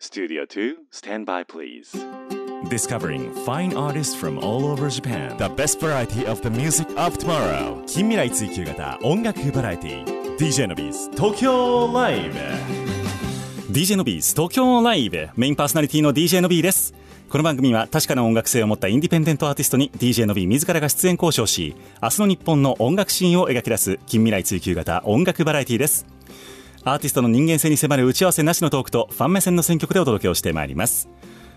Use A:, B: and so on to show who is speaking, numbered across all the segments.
A: Studio 2, stand by please.
B: Discovering fine artists from all over Japan.
C: The best variety of the music of tomorrow 近未来追求型音楽バラエティ DJ のビーズ東京ライブ DJ のビーズ東京ライブメインパーソナリティの DJ のビーですこの番組は確かな音楽性を持ったインディペンデントアーティストに DJ の B 自らが出演交渉し明日の日本の音楽シーンを描き出す近未来追求型音楽バラエティですアーティストの人間性に迫る打ち合わせなしのトークとファン目線の選曲でお届けをしてまいります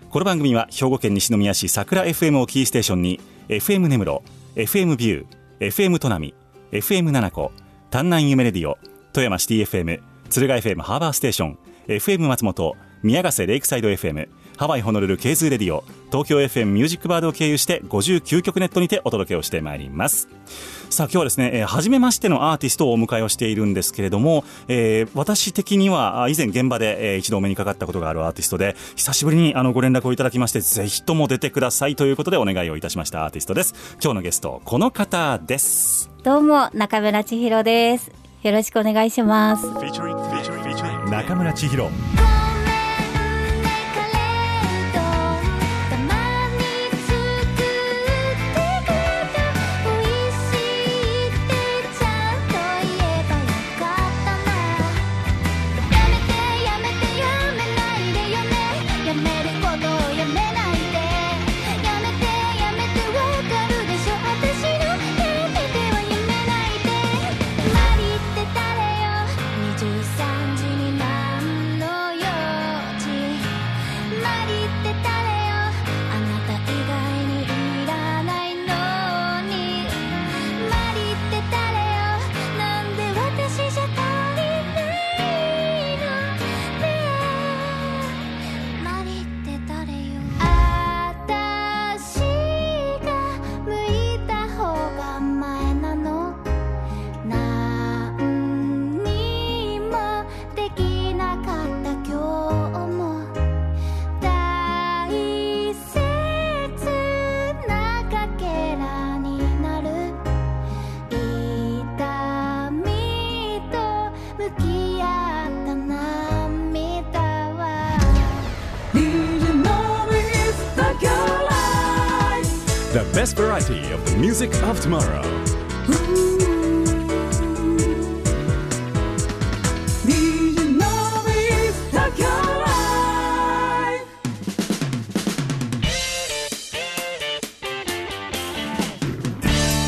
C: この番組は兵庫県西宮市桜 FM をキーステーションに FM 根室 FM ビュー FM 砺波 FM 七子丹南夢レディオ富山シティ FM 鶴ヶ FM ハーバーステーション FM 松本宮ヶ瀬レイクサイド FM ハワイホノルルケーズレディオ東京 FM ミュージックバードを経由して59曲ネットにてお届けをしてまいりますさあ今日はですね、えー初めましてのアーティストをお迎えをしているんですけれども、えー私的にはあ以前現場で、えー一度お目にかかったことがあるアーティストで久しぶりにあのご連絡をいただきましてぜひとも出てくださいということでお願いをいたしましたアーティストです今日のゲストこの方です
D: どうも、中村千尋です。よろしくお願いします。
A: Featuring, featuring, featuring.
C: 中村千尋
E: 23時に何の用事マリって誰よあなた以外にいらないのにマリって誰よなんで私じゃ足りないのねえマリって誰よあたしが向いた方が前なの何にもできなかった今日も大切なかけらになる痛みと向き合った涙は
C: The best variety of the music of tomorrow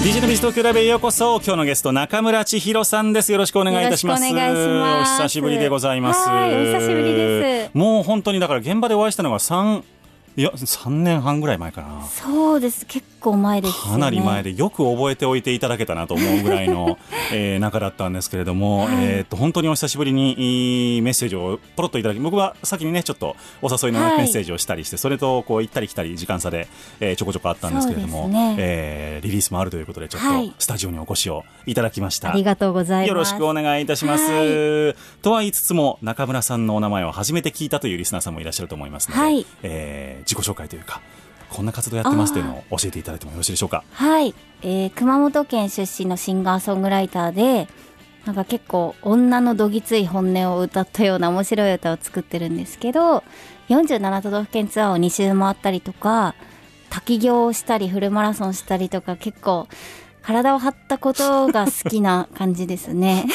C: ビジネス東京ライブへようこそ今日のゲスト中村千尋さんですよろしくお願いいたします
D: よろしくお願いします
C: お久しぶりでございます
D: はいお久しぶりです
C: もう本当にだから現場でお会いしたのが3いや3年半ぐらい前かな
D: そうです。結構前です、ね。
C: かなり前。でよく覚えておいていただけたなと思うぐらい の、えー中だったんですけれども、えーっと本当にお久しぶりにいいメッセージをポロッといただき僕は先にねちょっとお誘いの
D: はい
C: メッセージをしたりして、それとこう行ったり来たり時間差で、えーちょこちょこあったんですけれども、
D: そうですね
C: えーリリースもあるということでちょっ
D: はい
C: とスタジオにお越しをいただきました。
D: ありがとうございます。
C: よろしくお
D: 願い
C: 願いいたします。
D: は
C: とは言いつつも、中村さんのお名前を初めて聞いたというリスナーさんもいらっしゃると思いますので、
D: はい
C: えー自己紹介というか、こんな活動やってますというのを教えていただいてもよろしいでしょうか。
D: はい、えー熊本県出身のシンガーソングライターで、なんか結構女のどぎつい本音を歌ったような面白い歌を作ってるんですけど、47都道府県ツアーを2周回ったりとか、滝行をしたりフルマラソンしたりとか結構体を張ったことが好きな感じです ね。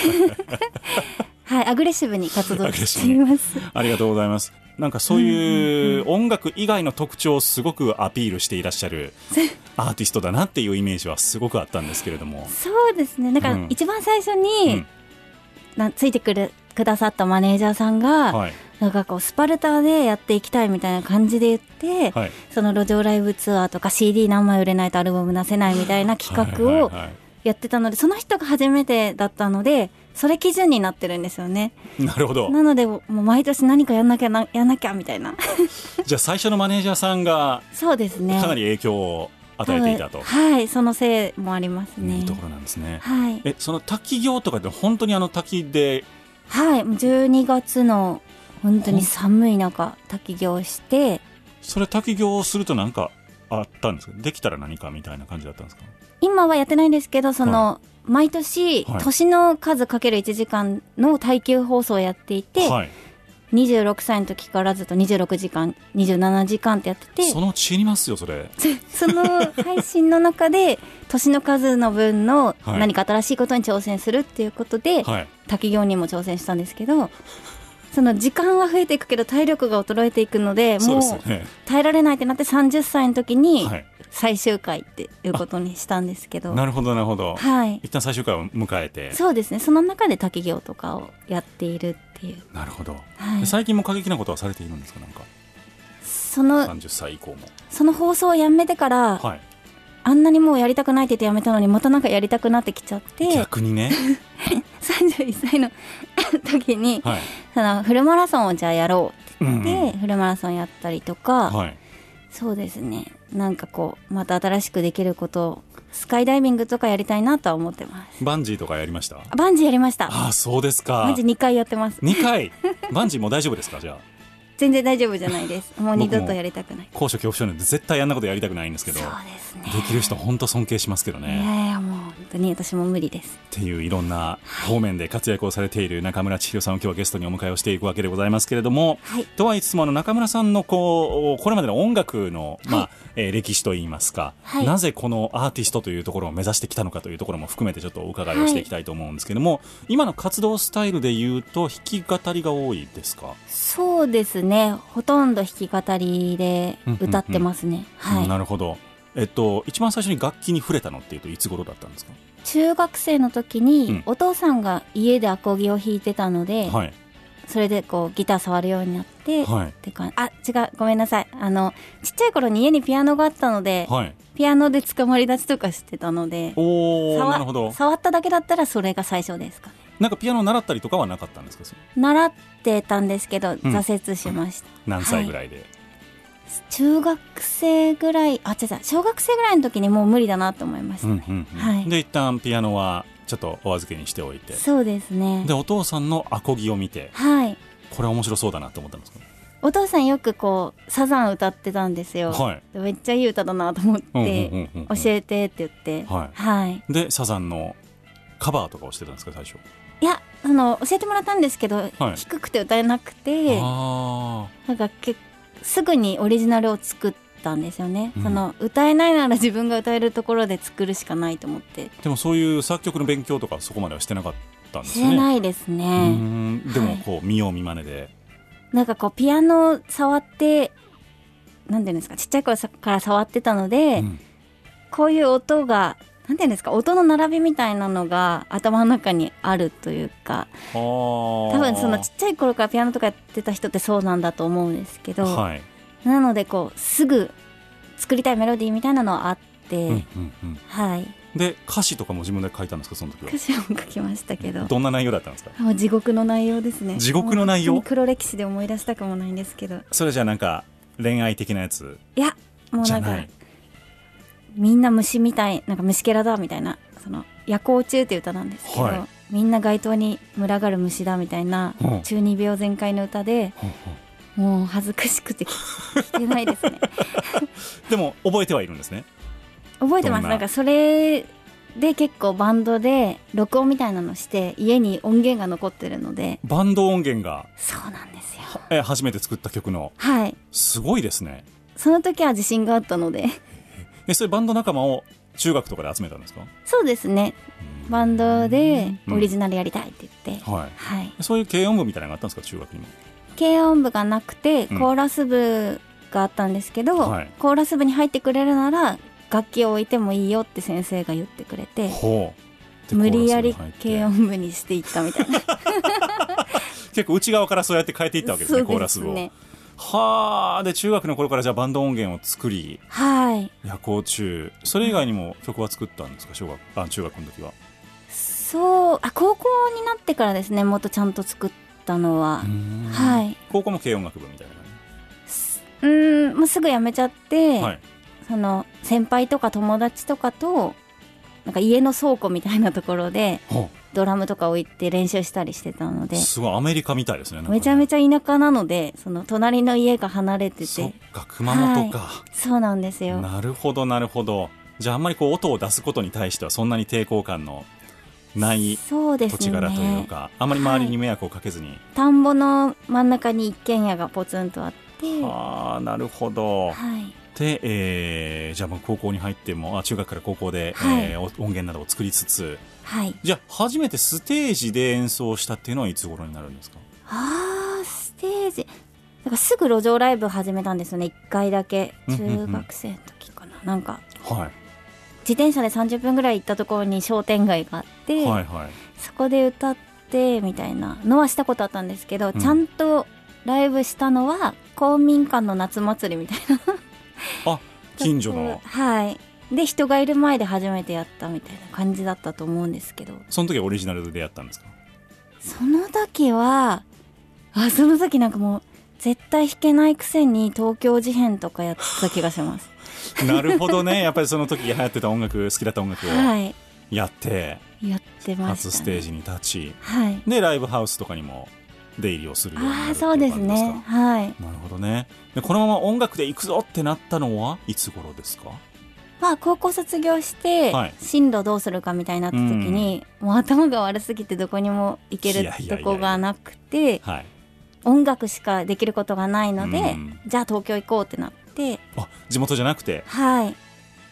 D: はい、アグレッシブに活動しています。
C: ありがとうございます。なんかそういう音楽以外の特徴をすごくアピールしていらっしゃるアーティストだなっていうイメージはすごくあったんですけれども。
D: そうですね。だ
C: う
D: から
C: ん
D: 一番最初
C: う
D: に
C: ん、
D: なついてくる、くださったマネージャーさんが、
C: はい。
D: なんかこうスパルタでやっていきたいみたいな感じで言って、
C: はい。
D: その路上ライブツアーとか CD 何枚売れないとアルバム出せないみたいな企画を
C: はいはいはい
D: やってたので、その人が初めてだったので、それ基準になってるんですよね。
C: なるほど。
D: なので、もう毎年何かやんなきゃな、やんなきゃみたいな。
C: じゃあ最初のマネージャーさんが
D: そうですね。
C: かなり影響を与えていたと。
D: はい、そのせいもありますね。
C: いいところなんですね。
D: はい。
C: えその滝行とかで本当にあの滝で
D: はい、もう12月の本当に寒い中、滝行して、
C: それ滝行をするとなんかあったんですかできたら何かみたいな感じだったんですか
D: 今はやってないんですけど、その、毎年、
C: はい
D: 年の数かける1時間の耐久放送をやっていて、
C: はい
D: 26歳の時からずっと26時間27時間ってやってて
C: そのうち死にますよそれ
D: そ の配信の中で年の数の分の
C: はい
D: 何か新しいことに挑戦するっていうことで、
C: はい
D: 滝行にも挑戦したんですけどその時間は増えていくけど体力が衰えていくので
C: そう
D: も
C: です
D: う
C: よね
D: 耐えられないってなって30歳の時に
C: はい
D: 最終回っていうことにしたんですけど、
C: なるほどなるほど、
D: はい、
C: 一旦最終回を迎えて
D: そうですねその中で滝行とかをやっているっていう、
C: なるほど、
D: はい
C: で、最近も過激なことはされているんですかなんか
D: その
C: 30歳以降も
D: その放送をやめてから、
C: はい
D: あんなにもうやりたくないって言ってやめたのにまたなんかやりたくなってきちゃって
C: 逆に ね
D: 31歳の 時に
C: はい
D: そのフルマラソンをじゃあやろう
C: うんう
D: っ
C: ん
D: て、フルマラソンやったりとか、
C: はい
D: そうですねなんかこうまた新しくできることをスカイダイビングとかやりたいなとは思ってます
C: バンジーとかやりました
D: あバンジーやりました
C: ああそうです
D: マ
C: か
D: ジ2回やってます
C: 2回バンジーもう大丈夫ですかじゃあ
D: 全然大丈夫じゃないですもう二度
C: 僕
D: と
C: も
D: やりたくない
C: 高所恐怖症なんで絶対あんなことやりたくないんですけど
D: そう
C: で
D: ですね
C: きる人本当尊敬しますけど
D: い
C: ね、
D: やいやもう本当に私も無理です
C: っていういろんな方面で活躍をされている中村千尋さんを今日はゲストにお迎えをしていくわけでございますけれども、
D: はい
C: とは言いつつもあの中村さんのこうこれまでの音楽の、まあえー歴史といいますか、
D: はい
C: なぜこのアーティストというところを目指してきたのかというところも含めてちょっとお伺いをしていきたいと思うんですけども、今の活動スタイルで言うと弾き語りが多いですか、
D: そうですねほとんど弾き語りで歌ってますね、
C: うん
D: は
C: なるほど、えっと、一番最初に楽器に触れたのっていうといつ頃だったんですか、
D: い中学生の時
C: う
D: に
C: ん
D: お父さんが家でアコギを弾いてたので、
C: はい
D: それでこうギター触るようになって、
C: はい
D: ってかあ違うごめんなさいあのちっちゃい頃に家にピアノがあったので、
C: はい
D: ピアノで捕まり立ちとかしてたので
C: おー
D: 触
C: なるほど
D: 触っただけだったらそれが最初ですかね
C: なんかピアノ習ったりとかはなかったんですかそれ
D: 習ってたんですけど挫折しました、
C: 何歳ぐらいで、
D: 中学生ぐらいあ違う違う小学生ぐらいの時にもう無理だなと思いました、
C: うんうんうん
D: はい
C: で一旦ピアノはちょっとお預けにしておいて
D: そうですね
C: でお父さんのアコギを見て
D: はい
C: これ面白そうだなと思ったんですか
D: お父さんよくこうサザン歌ってたんですよ、
C: はい
D: めっちゃいい歌だなと思って、
C: うんうんうんうん
D: 教えてって言って
C: はい
D: はい、
C: でサザンのカバーとかをしてたんですか最初
D: いやあの教えてもらったんですけど、低くて歌えなくて
C: あ
D: なんかけすぐにオリジナルを作ったんですよね、
C: うん
D: その歌えないなら自分が歌えるところで作るしかないと思って
C: ーでもそういう作曲の勉強とかそこまではしてなかったんです
D: 知
C: ね
D: らないです
C: うー
D: ね、
C: んでもこう見よう見まねで
D: なんかこうピアノを触ってなんていうんですかちっちゃい頃から触ってたので、
C: うん
D: こういう音がなんていうんですか音の並びみたいなのが頭の中にあるというか
C: 多
D: 多分そのちっちゃい頃からピアノとかやってた人ってそうなんだと思うんですけど、
C: はい
D: なのでこうすぐ作りたいメロディーみたいなのはあって、
C: うんうんうん
D: はい
C: で歌詞とかも自分で書いたんですかその時は
D: 歌詞も書きましたけど
C: どんな内容だったんですか
D: もう地獄の内容ですね
C: 地獄の内容
D: もう本当に黒歴史で思い出したかもないんですけど
C: それじゃあなんか恋愛的なやつ
D: いやもう
C: じ
D: な
C: ゃ
D: ん
C: な
D: か
C: い
D: みんな虫みたいなんか虫けらだみたいなその夜行中っていう歌なんですけど、
C: はい
D: みんな街頭に群がる虫だみたいな
C: うん
D: 中二病全開の歌で、もう恥ずかしくて聞けないです ね
C: でも覚えてはいるんですね
D: 覚えてま
C: どん
D: す
C: な
D: なんかそれで結構バンドで録音みたいなのして家に音源が残ってるので
C: バンド音源が
D: そうなんですよ
C: え初めて作った曲の
D: はい
C: すごいですね
D: その時は自信があったので
C: えそれバンド仲間を中学とかで集めたんですか
D: そうですねバンドでオリジナルやりたいって言って、
C: はい
D: はい
C: そういう軽音部みたいなのがあったんですか中学にも
D: 軽音部がなくてコ
C: うん
D: ーラス部があったんですけど、
C: はい
D: コーラス部に入ってくれるなら楽器を置いてもいいよって先生が言ってくれて
C: ほうで
D: 無理やり
C: コーラスに入っ
D: 軽
C: て
D: 音部にしていったみたいな
C: 結構内側からそうやって変えていったわけですねコーラス部
D: そう
C: を
D: ですね
C: はあで中学の頃からじゃあバンド音源を作り
D: はい
C: 夜行中それ以外にも曲は作ったんですか小学あ中学の時は
D: そうあ高校になってからですねもっとちゃんと作ったのは
C: は
D: はい
C: 高校も軽音楽部みたいな感
D: うーんもうすぐ辞めちゃって、
C: じはい
D: その先輩とか友達とかとなんか家の倉庫みたいなところで
C: ほ
D: ドラムとか置いて練習したりしてたの
C: う
D: です
C: ごいアメリカみたいですねなんかね
D: めちゃめちゃ田舎なのでその隣の家が離れてて
C: そ
D: そ
C: っか熊本か、
D: うなんですよ
C: なるほどなるほどじゃああんまりこう音を出すことに対してはそんなに抵抗感のない
D: そうです
C: 土
D: ね
C: 地柄というか、あまり周りに迷惑をかけずに、
D: 田んぼの真ん中に一軒家がポツンとあっては
C: ああなるほど、
D: い
C: で、えーじゃあまあ高校に入ってもあ中学から高校で、
D: はい
C: えーお音源などを作りつつ
D: はい
C: じゃあ初めてステージで演奏したっていうのはいつ頃になるんですか
D: あーステージだからすぐ路上ライブ始めたんですよね1回だけ
C: うんうんうん
D: 中学生の時かな、なんか
C: はい、
D: 自転車で30分ぐらい行ったところに商店街があって、
C: はいはい
D: そこで歌ってみたいなのはしたことあったんですけ
C: う
D: ど、
C: ん
D: ちゃんとライブしたのは公民館の夏祭りみたいな
C: 近所の
D: はいで人がいる前で初めてやったみたいな感じだったと思うんですけど
C: その時はオリジナルで出会ったんですか
D: その時はあその時なんかもう絶対弾けないくせに東京事変とかやってた気がします
C: なるほどねやっぱりその時流行ってた音楽好きだった音楽を
D: はい
C: やって、
D: やってました、
C: 初
D: ね、
C: ステージに立ち
D: はい
C: でライブハウスとかにも出入りをするようになる
D: ああ
C: ってい
D: そう
C: 感じ
D: ですね
C: か
D: はい
C: なるほどねでこのまま音楽で行くぞってなったのはいつ頃ですか
D: まあ高校卒業して
C: はい
D: 進路どうするかみたいになった時に、もう頭が悪すぎてどこにも行け
C: いや
D: る
C: いやいや
D: と
C: いや
D: こがなくて
C: はい
D: 音楽しかできることがないので、
C: うん
D: じゃあ東京行こうってなって
C: あ地元じゃなくて
D: はい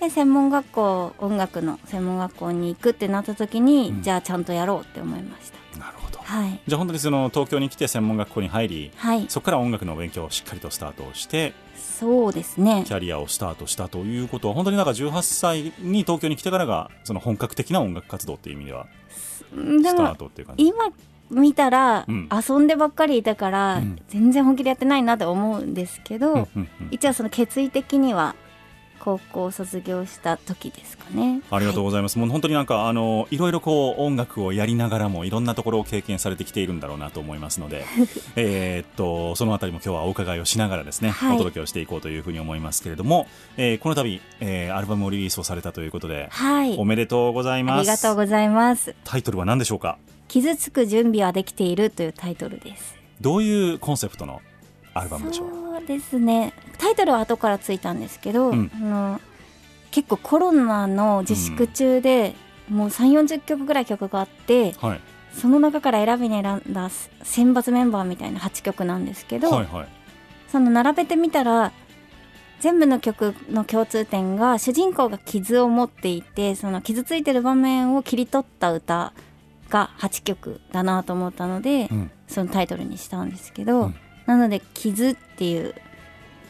D: で専門学校音楽の専門学校に行くってなった時に、
C: うん
D: じゃあちゃんとやろうって思いました
C: なるほど
D: はい
C: じゃあ本当にその東京に来て専門学校に入り
D: はい
C: そこから音楽の勉強をしっかりとスタートして
D: そうですね
C: キャリアをスタートしたということは本当になんか18歳に東京に来てからがその本格的な音楽活動っていう意味では
D: うんで
C: スター
D: も
C: トっていう感じ
D: 今見たら、
C: うん
D: 遊んでばっかりいたから、
C: うん
D: 全然本気でやってないなって思うんですけど、
C: うんうんうん
D: 一応その決意的には高校を卒業した時ですかね
C: ありがとうございます、もう本当になんかあのいろいろこう音楽をやりながらもいろんなところを経験されてきているんだろうなと思いますの でえーっとそのあたりも今日はお伺いをしながらですね、
D: はい
C: お届けをしていこうというふうに思いますけれども、えーこの度、えーアルバムをリリースをされたということで、
D: はい、
C: おめでとうござい
D: あ
C: ま
D: り
C: す
D: がとうございます
C: タイトルは何でしょうか
D: 傷つく準備はできているというタイトルです
C: どういうコンセプトのアルバムでしょう
D: そうですねタイトルは後からついたんですけど、
C: うん
D: あの結構コロナの自粛中で、もう3 4 0曲ぐらい曲があって
C: はい
D: その中から選びに選んだ選抜メンバーみたいな8曲なんですけど、
C: はいはい
D: その並べてみたら全部の曲の共通点が主人公が傷を持っていてその傷ついてる場面を切り取った歌が8曲だなと思ったので、
C: うん
D: そのタイトルにしたんですけど、
C: うん
D: なので「傷」っていう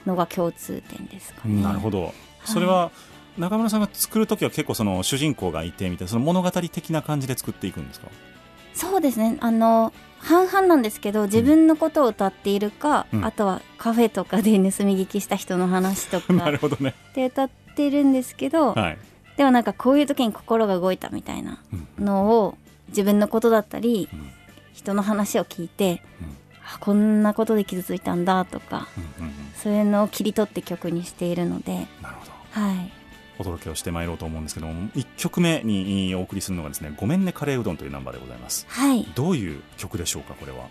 D: のが共通点ですかね。
C: なるほど、それは中村さんが作るときは結構その主人公がいてみたいなその物語的な感じで作っていくんですか
D: そうですねあの半々なんですけど自分のことを歌っているか、
C: うん
D: あとはカフェとかで盗み聞きした人の話と
C: な
D: か
C: るほどね
D: で歌ってるんですけど、
C: はい
D: でもなんかこういう時に心が動いたみたいな
C: うん
D: のを自分のことだったり、
C: ん
D: 人の話を聞いて、
C: うん
D: あこんなことで傷ついたんだとか
C: うんうんうん
D: そういうのを切り取って曲にしているので、
C: なるほど
D: はい、
C: お届けをしてまいろうと思うんですけども1曲目にお送りするのがですね「ごめんねカレーうどん」というナンバーでございます
D: はい、
C: どういう曲でしょうかこれは、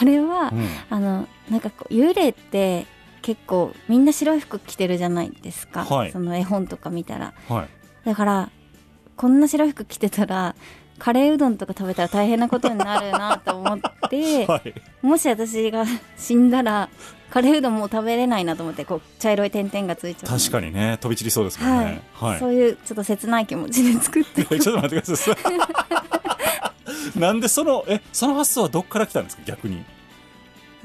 D: これは、
C: うん
D: あのなんかこう幽霊って結構みんな白い服着てるじゃないですか、
C: はい
D: その絵本とか見たら
C: はい
D: だからこんな白い服着てたらカレーうどんとか食べたら大変なことになるなと思っ て、
C: はい
D: もし私が死ん だらカレーうどんもう食べれないなと思ってこう茶色い点々がついちゃった
C: 確か
D: に
C: にね飛び散りそうですもん
D: はい
C: ね、、はい
D: そういうちょっと切ない気持ちで作っ て
C: えちょっと待ってください なんでそのえその発想はどっから来たんですか逆に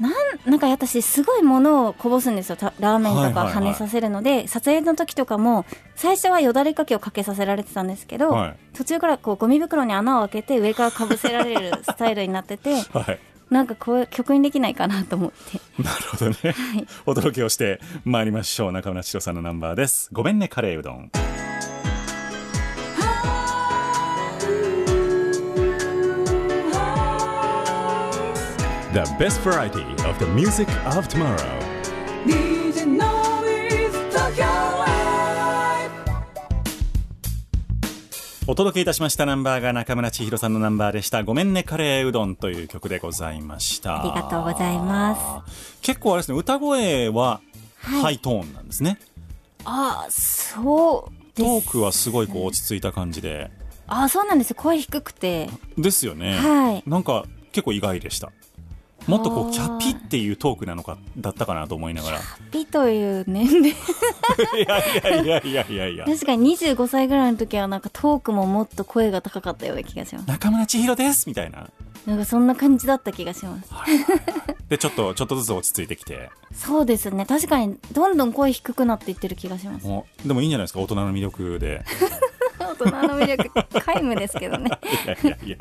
D: なんか私すごいものをこぼすんですよたラーメンとか
C: はいはい
D: 跳
C: はい
D: ねさせるので、撮影の時とかも最初はよだれかけをかけさせられてたんですけど、
C: は
D: 途中からこうゴミ袋に穴を開けて上からかぶせられるスタイルになっ てて
C: いはい
D: なんかこう曲にできないかなと思って
C: なるほどね、お届けをしてまいりましょう中村千代さんのナンバーですごめんねカレーうどん
B: 「The best variety of the music of tomorrow」
F: DJ Nobis Tokyo Live
C: お届けいたしましたナンバーが中村千尋さんのナンバーでしたごめんねカレーうどんという曲でございました
D: ありがとうございます
C: 結構あれですね歌声は
D: はい
C: ハイトーンなんですね、
D: ああそう
C: トークはすごいこう落ち着いた感じで
D: あそうなんです声低くて
C: ですよね、
D: はい
C: なんか結構意外でしたもっとこ
D: あ
C: う
D: ー
C: キャピっていうトークなのかだったかなと思いながら
D: 美という年齢
C: いやいやいやいやいや
D: 確かに25歳ぐらいの時はなんかトークももっと声が高かったような気がします
C: 中村千尋ですみたいな
D: なんかそんな感じだった気がします
C: でちょっとちょっとずつ落ち着いてきて
D: そうですね確かにどんどん声低くなっていってる気がします
C: もうでもいいんじゃないですか大人の魅力で
D: 大人の魅力皆無ですけ どね
C: いやいやいや、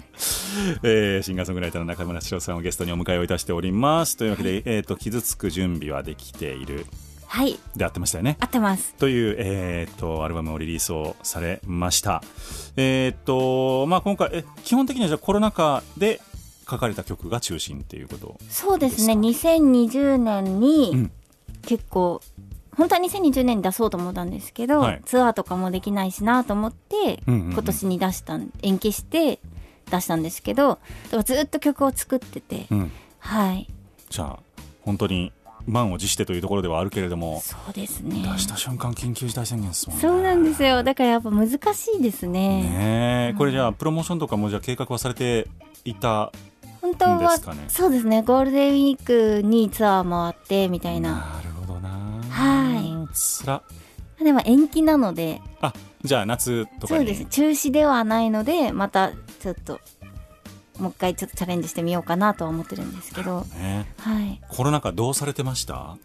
C: えーシンガーソングライターの中村千尋さんをゲストにお迎えをいたしておりますというわけで、えー、と傷つく準備はできている
D: はい
C: で合ってましたよね
D: 合ってます
C: という、えーっとアルバムをリリースをされました。えーっとまあ、今回え基本的にはじゃあコロナ禍で書かれた曲が中心っていうこと
D: そうですね2020年
C: う
D: に
C: ん
D: 結構、本当は2020年に出そうと思ったんですけど、
C: はい
D: ツアーとかもできないしなと思って、
C: うんうんうん
D: 今年に出したん延期して出したんですけどだからずっと曲を作ってて、
C: うん、
D: はい
C: じゃあ本当に満を持してというところではあるけれども
D: そうですね
C: 出した瞬間緊急事態宣言ですもんね。
D: そうなんですよだからやっぱ難しいですね
C: ねえこれじゃあプロモーションとかもじゃあ計画はされていた
D: 本当は
C: ですかね
D: そうですねゴールデンウィークにツアー回ってみたいな、
C: なるほどな
D: はい
C: つら
D: でも延期なので
C: あじゃあ夏とか
D: そう
C: に
D: です中止ではないのでまたちょっともう一回ちょっとチャレンジしてみようかなとは思ってるんですけど、
C: ね
D: はい、
C: コロナ禍どうされてました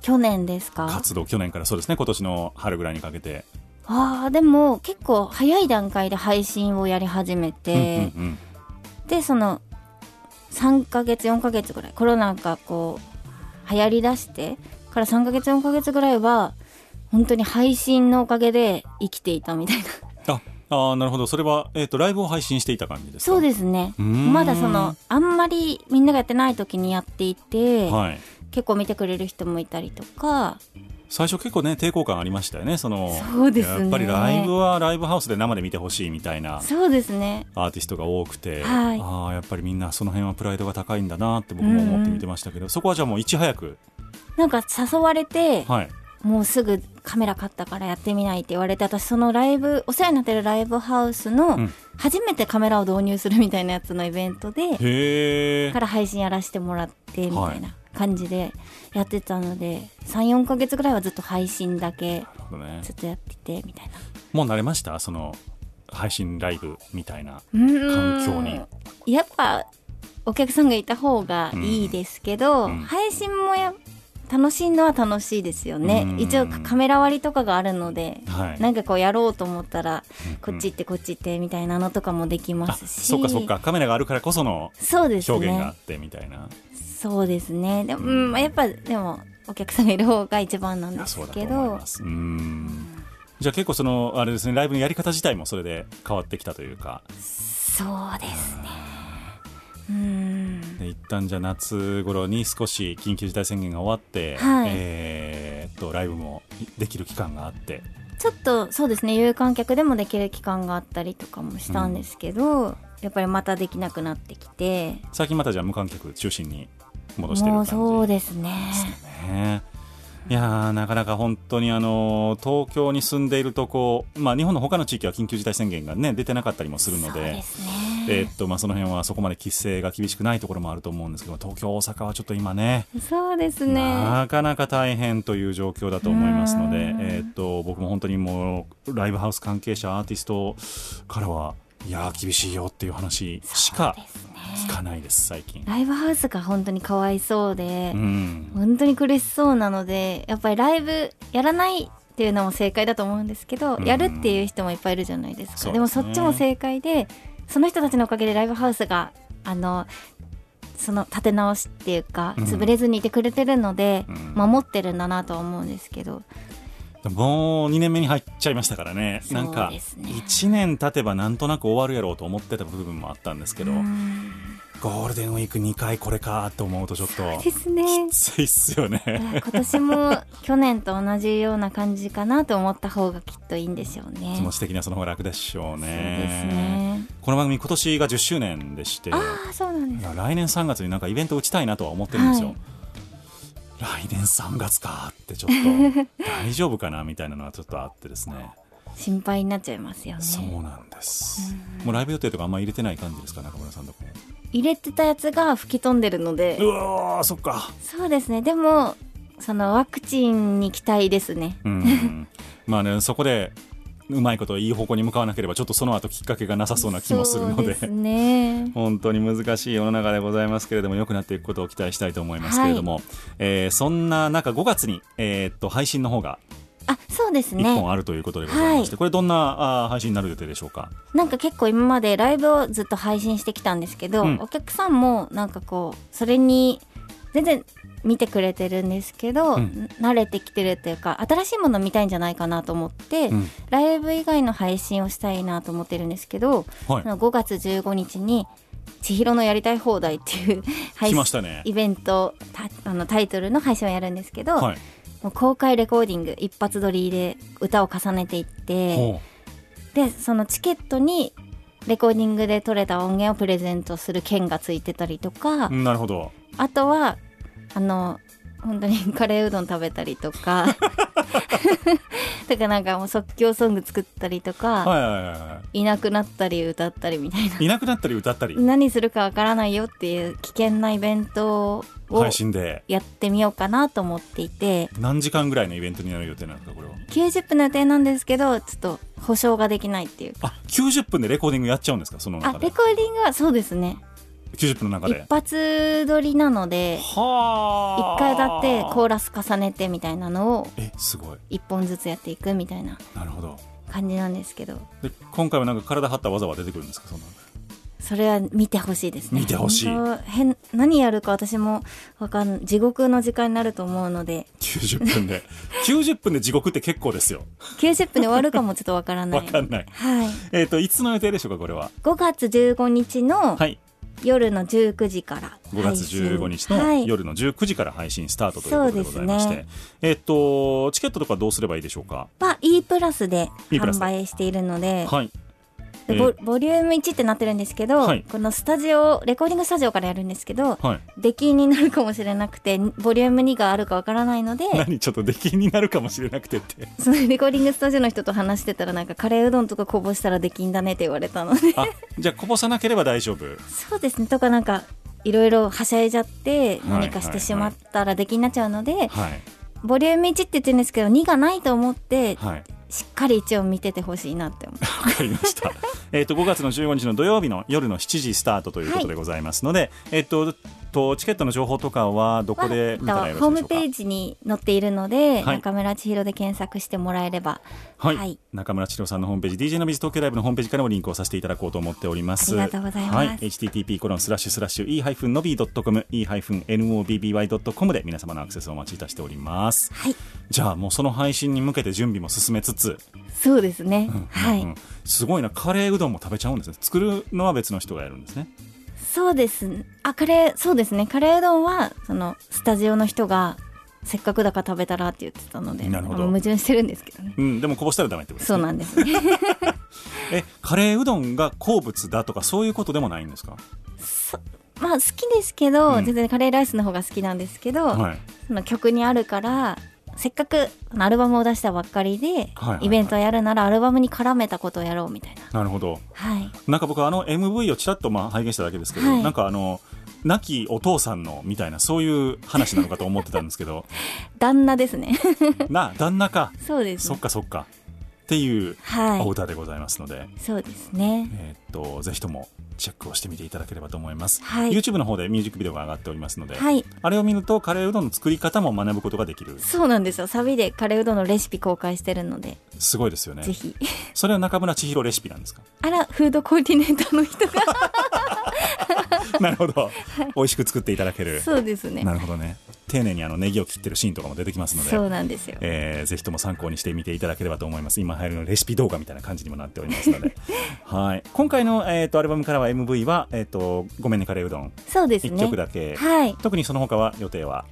D: 去年ですか
C: 活動去年からそうですね今年の春ぐらいにかけて、
D: あーでも結構早い段階で配信をやり始めて、
C: うんうんうん
D: でその3ヶ月4ヶ月ぐらいコロナがこう流行りだしてから3ヶ月4ヶ月ぐらいは本当に配信のおかげで生きていたみた いな
C: ああーなるほどそれは、えー、とライブを配信していた感じですか
D: そうですね
C: うーん
D: まだそのあんまりみんながやってない時にやっていて、
C: はい、
D: 結構見てくれる人もいたりとか
C: 最初結構ね抵抗感ありましたよねその
D: そうですね
C: やっぱりライブはライブハウスで生で見てほしいみたいな
D: そうですね
C: アーティストが多くて、
D: はい
C: ああやっぱりみんなその辺はプライドが高いんだなって僕も思って見てましたけど、そこはじゃあもういち早く、
D: なんか誘われて、
C: はい、
D: もうすぐカメラ買ったからやってみないって言われて私そのライブお世話になってるライブハウスの
C: うん
D: 初めてカメラを導入するみたいなやつのイベントで、
C: へえ
D: から配信やらせてもらってみたいな感じでやってたので34か月ぐらいはずっと配信だけ
C: ね
D: ずっとやっててみたいな
C: もう慣れましたその配信ライブみたいな
D: 環
C: 環境に
D: やっぱお客さんがいた方がいいですけど、
C: うんうん
D: 配信もや楽しいのは楽しいですよね、
C: うん
D: 一応カメラ割りとかがあるので、
C: はい
D: なんかこうやろうと思ったら、
C: うん
D: こっち行ってこっち行ってみたいなのとかもできま
C: あ
D: すし
C: そうかそうかカメラがあるからこその
D: そうです
C: 表
D: ね
C: 現があってみたいな、
D: そうですねでも、うんまあやっぱでもお客さんがいる方が一番なん
C: い
D: で
C: やそう
D: す
C: だと
D: け
C: 思い
D: ど
C: ますうんじゃあ結構そのあれですねライブのやり方自体もそれで変わってきたというか
D: そうですねうん
C: で一旦じゃあ夏頃に少し緊急事態宣言が終わって、
D: はい
C: えーっとライブもできる期間があって
D: ちょっとそうですね有観客でもできる期間があったりとかもしたんですけど、やっぱりまたできなくなってきて
C: 最近またじゃあ無観客中心に戻してる
D: も
C: 感
D: う
C: じ
D: そうですね
C: ねいやーなかなか本当にあのー東京に住んでいるとこう、まあ、日本の他の地域は緊急事態宣言が、ね、出てなかったりもするの
D: そう
C: で
D: ですね
C: えーっとまあ、その辺はそこまで規制が厳しくないところもあると思うんですけど東京、大阪はちょっと今ね
D: そうですね
C: なかなか大変という状況だと思いますので
D: うん、
C: えーっと僕も本当にもうライブハウス関係者アーティストからはいやー厳しいよっていう話しか
D: そうですね
C: 聞かないです最近。
D: ライブハウスが本当にかわいそうで、
C: うん
D: 本当に苦しそうなのでやっぱりライブやらないっていうのも正解だと思うんですけど、
C: うん
D: やるっていう人もいっぱいいるじゃないですか
C: そうですね
D: でもそっちも正解でその人たちのおかげでライブハウスがあのその立て直しっていうか
C: うん
D: 潰れずにいてくれてるので、
C: うん
D: 守ってるんだなとは思うんですけど
C: もう2年目に入っちゃいましたからね
D: そう
C: なんか
D: ですね
C: 1年経てばなんとなく終わるやろうと思ってた部分もあったんですけどゴールデンウィーク2回これかと思うとちょっと
D: で
C: き
D: すね
C: ついっすよね
D: 今年も 去年と同じような感じかなと思った方がきっといいんでしょうね。
C: 気持ち的にはその方が楽でしょう
D: そうです
C: ね
D: ね
C: この番組今年が10周年でして
D: ああそうなんです
C: 来年3月になんかイベント打ちたいなとは思ってるんですよ、
D: はい
C: 来年3月かってちょっと大丈夫かなみたいなのはちょっとあってですね
D: 心配になっちゃいますよね
C: そうなんです、もうライブ予定とかあんま入れてない感じですか中村さんとかも
D: 入れてたやつが吹き飛んでるので
C: うわーそっか
D: そうですねでもそのワクチンに期待ですね
C: うん まあねそこでうまいこといい方向に向かわなければちょっとその後きっかけがなさそうな気もするの
D: そう
C: で
D: ですね
C: 本当に難しい世の中でございますけれども良くなっていくことを期待したいと思いますけれども、えーそんな中5月に、えーっと配信の方が
D: あそうです
C: 1
D: ね
C: 本あるということでございまして、
D: は
C: これどんなあー配信になる予定でしょうか
D: なんか結構今までライブをずっと配信してきたんですけど、
C: うん
D: お客さんもなんかこうそれに全然見てくれてるんですけど、
C: うん
D: 慣れてきてるというか新しいもの見たいんじゃないかなと思って、
C: うん
D: ライブ以外の配信をしたいなと思ってるんですけど、
C: はい
D: その5月15日に「千尋のやりたい放題」っていう配
C: 来
D: 信
C: ましたね
D: イベントたあのタイトルの配信をやるんですけど、
C: はい
D: もう公開レコーディング一発撮りで歌を重ねていって。
C: ほ
D: でそのチケットにレコーディングで撮れた音源をプレゼントする券がついてたりとか、
C: うなるほど
D: あとはあの本当にカレーうどん食べたりとかとかなんかもう即興ソング作ったりとか、、
C: はいはいはいはい
D: なくなったり歌ったりみたいない
C: いなくなったり歌ったり
D: 何するかわからないよっていう危険なイベントを
C: 配信で
D: やってみようかなと思っていて
C: 何時間ぐらいのイベントになる予定なんですかこれは
D: 90分の予定なんですけどちょっと保証ができないっていうか
C: あ90分でレコーディングやっちゃうんですかその
D: あ
C: 中
D: レ
C: で
D: コーディングはそうですね
C: 90分の中で
D: 一発撮りなので
C: はあ
D: 一回だってコーラス重ねてみたいなのを
C: えすごい
D: 一本ずつやっていくみたいな
C: なるほど
D: 感じなんですけど
C: で今回はなんか体張った技は出てくるんですかそんな
D: それは見てほしいですね
C: 見てほしい
D: 本当変何やるか私もわかん地獄の時間になると思うので
C: 90分 で90分で地獄って結構ですよ
D: 90分で終わるかもちょっとわからない
C: わかんない
D: はい、
C: えっ、といつの予定でしょうかこれは
D: 5月15日の
C: はい
D: 夜の19時から
C: 5月15日
D: は
C: の
D: い
C: 夜の19時から配信スタートということでございまし
D: そう
C: て、
D: です
C: えっ、とチケットとかどうすればいいでしょうか
D: は E プラスで
C: E プラス
D: 販売しているので、
C: はい、え
D: で
C: ー
D: ボボリューム1ってなってるんですけど、
C: はい
D: このスタジオレコーディングスタジオからやるんですけど、
C: はい、
D: 出禁になるかもしれなくてボリューム2があるかわからないので
C: 何ちょっと出禁になるかもしれなくてって
D: そのレコーディングスタジオの人と話してたらなんかカレーうどんとかこぼしたら出禁だねって言われたの で
C: あじゃあこぼさなければ大丈夫
D: そうですねとかなんかいろいろはしゃいじゃっ
C: は
D: て
C: い
D: 何かしてしまったら出禁になっちゃうので、
C: はい
D: ボリューム1って言ってるんですけど2がないと思って
C: はい
D: しっかり1を見ててほしいなって思う。
C: わかりま した。えっと5月の15日の土曜日の夜の7時スタートということでございますので、えっととチケットの情報とかはど こで見たら
D: は
C: よ
D: えっ
C: ろ
D: と
C: し
D: ホ
C: いでし
D: ーム
C: ょうか。
D: ページに載っているので、
C: はい
D: 中村千尋で検索してもらえれば
C: はい、
D: はい
C: 中村千尋さんのホームページ DJ のビズ東京ライブのホームページからもリンクをさせていただこうと思っております
D: ありがとうございます
C: はい、http コロンスラッシュスラッシュ e ハイフンの b ドットコム e ハイフン n o b b y ドットコムで皆様のアクセスをお待ちいたしております
D: はい
C: じゃあもうその配信に向けて準備も進めつつ、
D: そうですね、
C: うん
D: はい、
C: うんすごいなカレーうどんも食べちゃうんですね作るのは別の人がやるんですね
D: そうですねあカレーそうですねカレーうどんはそのスタジオの人がせっかくだから食べたらって言ってたので
C: なるほど
D: あの矛盾してるんですけどね
C: うんでもこぼしたらダメってことです
D: そ
C: ね
D: うなんです ね
C: えカレーうどんが好物だとかそういうことでもないんですか、
D: まあ好きですけど、
C: うん
D: 全然カレーライスの方が好きなんですけど、
C: はい、
D: その曲にあるからせっかくアルバムを出したばっかりで、
C: はいはい
D: イベントをやるならアルバムに絡めたことをやろうみたいな
C: なるほど
D: はい
C: なんか僕あの MV をちらっとまあ拝見しただけですけど、
D: はい
C: なんかあの亡きお父さんのみたいなそういう話なのかと思ってたんですけ ど
D: 旦那です ね
C: な旦那か
D: そうです
C: そっ
D: ね
C: かそっかっていう
D: はい
C: お歌でございますので、
D: そうですね
C: えーっとぜひともチェックをしてみていただければと思います、
D: はい
C: YouTube の方でミュージックビデオが上がっておりますので、
D: はい
C: あれを見るとカレーうどんの作り方も学ぶことができる
D: そうなんですよサビでカレーうどんのレシピ公開してるので、
C: すごいですよね
D: ぜひ
C: それは中村千尋レシピなんですか
D: あらフードコーディネーターの人が
C: なるほど美味しく作っていただける
D: そうですね
C: なるほどね丁寧にあのネギを切ってるシーンとかも出てきますので
D: そうなんですよ
C: えーぜひとも参考にしてみていただければと思います今流行りのレシピ動画みたいな感じにもなっておりますの ではい今回の、えー、とアルバムからは MV は「えー、とごめんねカレーうどん
D: そうで」す
C: 1
D: ね
C: 曲だけ、
D: はい
C: 特にその他は予定は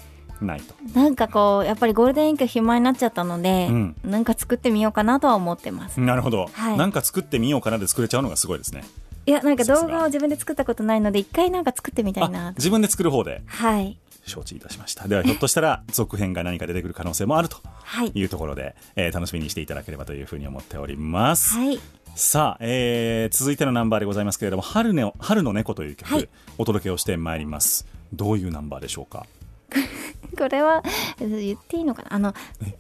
C: ないと
D: なんかこうやっぱりゴールデンウィーク暇になっちゃったので、
C: うん
D: なんか作ってみようかなとは思ってます、
C: なるほど、
D: はい
C: なんか作ってみようかなで作れちゃうのがすごいですね
D: いやなんか動
C: さす
D: 画
C: が
D: を自分で作ったことないので一回なんか作ってみたい
C: あ
D: な
C: 自分で作る方で
D: はい
C: 承知いたしましたではひょっとしたら続編が何か出てくる可能性もあると
D: はい
C: いうところで、えー楽しみにしていただければというふうに思っております。
D: はい
C: さあ、えー続いてのナンバーでございますけれども、春,、ね、春の猫という曲、
D: はい
C: お届けをしてまいります。どういうナンバーでしょうか
D: これはえ言っていいのかなあの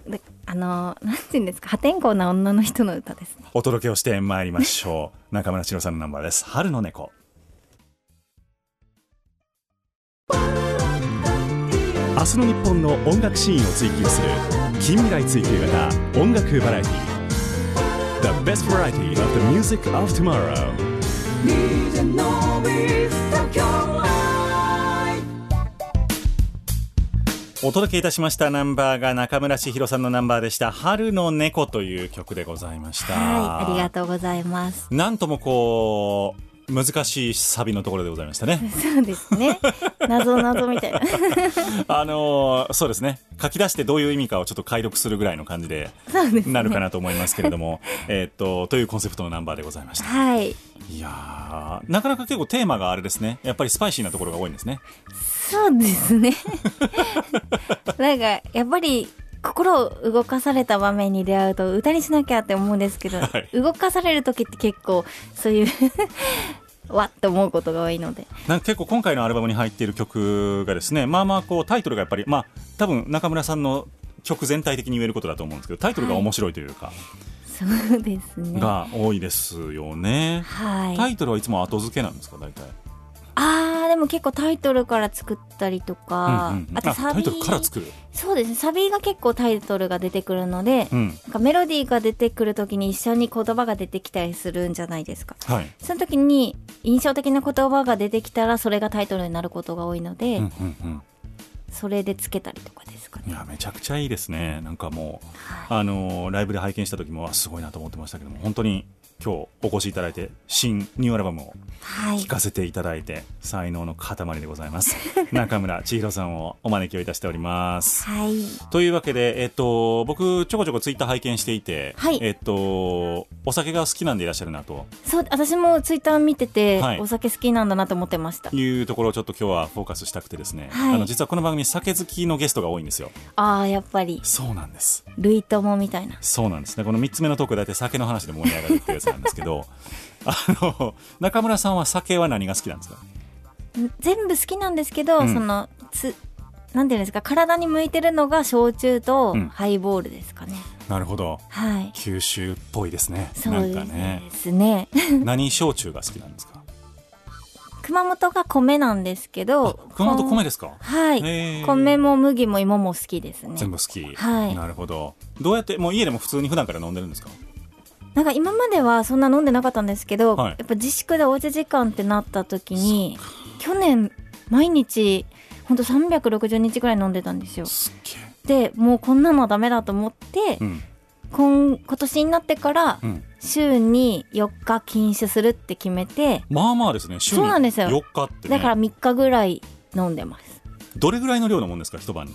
D: であのなんて言うんですか破天荒な女の人の歌ですね
C: お届けをしてまいりましょう。 中村千尋さんのナンバーです。春の猫。明日の日本の音楽シーンを追求する近未来追求型音楽バラエティ The best variety of the music of tomorrow
F: DJ Nobis Tokyo Live
C: お届けいたしましたナンバーが中村千尋さんのナンバーでした春の猫という曲でございました
D: はいありがとうございます
C: なんともこう難しいサビのところでございましたね
D: そうですね 謎謎みたいな
C: あのーそうですね書き出してどういう意味かをちょっと解読するぐらいの感じで
D: そうですね
C: なるかなと思いますけれども、 えーっとというコンセプトのナンバーでございました
D: はい
C: いやーなかなか結構テーマがあれですねやっぱりスパイシーなところが多いんですね
D: そうですね なんかやっぱり心を動かされた場面に出会うと歌にしなきゃって思うんですけど、
C: はい
D: 動かされる時って結構そういう わっと思うことが多いので
C: なんか結構今回のアルバムに入っている曲がですねまあまあこうタイトルがやっぱりまあ多分中村さんの曲全体的に言えることだと思うんですけどタイトルが面白いというか、
D: そうですね
C: が多いですよね、
D: はい
C: タイトルはいつも後付けなんですか大体
D: あーでも結構タイトルから作ったりとか、
C: うんうんうん
D: あとサビ
C: タイトルから作る、
D: そうですねサビが結構タイトルが出てくるので、
C: うん
D: なんかメロディーが出てくるときに一緒に言葉が出てきたりするんじゃないですか
C: はい
D: その時に印象的な言葉が出てきたらそれがタイトルになることが多いので、
C: うんうんうん
D: それでつけたりとかですか
C: い
D: ね
C: やめちゃくちゃいいですね、なんかもう、
D: は
C: あのーライブで拝見した時も、あすごいなと思ってましたけども、本当に今日お越しいただいて、新ニューアルバムを
D: はい
C: 聴かせていただいて、才能の塊でございます、 中村千尋さんをお招きをいたしております。
D: はい
C: というわけで、えっと、僕、ちょこちょこツイッター拝見していて、
D: はい
C: えっと、お酒が好きなんでいらっしゃるなと
D: そう私もツイッター見てて、
C: はい
D: お酒好きなんだなと思ってました
C: いうところをちょっと今日はフォーカスしたくてですね、
D: はい
C: あの実はこの番組、酒好きのゲストが多いんですよ。
D: ああやっぱり
C: そうなんです
D: 類友みたいな
C: そうなんですね。この3つ目のトークは大体酒の話で盛り上がるっていうやつなんですけど、 あの、中村さんは酒は何が好きなんですか
D: ん全部好きなんですけど、
C: うん
D: そのつなんていうんですか体に向いてるのが焼酎と
C: うん
D: ハイボールですかね、
C: なるほど。
D: はい
C: 九州っぽいですね。
D: そう
C: な
D: で
C: んかね。
D: すね
C: 何焼酎が好きなんですか
D: 熊本が米なんですけど
C: 熊本米
D: で
C: ですか
D: はい
C: へー
D: 米も麦も芋も好きですね
C: 全部好き。
D: はい
C: なるほど。どうやって、もう家でも普通に普段から飲んでるんですか
D: なんか今まではそんな飲んでなかったんですけど、
C: はい
D: やっぱ自粛でおうち時間ってなった時に去年毎日ほんと360日ぐらい飲んでたんですよ
C: すっげ
D: でもうこんなのはダメだと思って、
C: え。うん。
D: 今今年になってから
C: うん。
D: 週に4日禁酒するって決めて
C: まあまあですね。週に
D: そうなんですよ
C: 4日って、ね。
D: だから3日ぐらい飲んでます
C: どれぐらいの量のもんですか一晩に。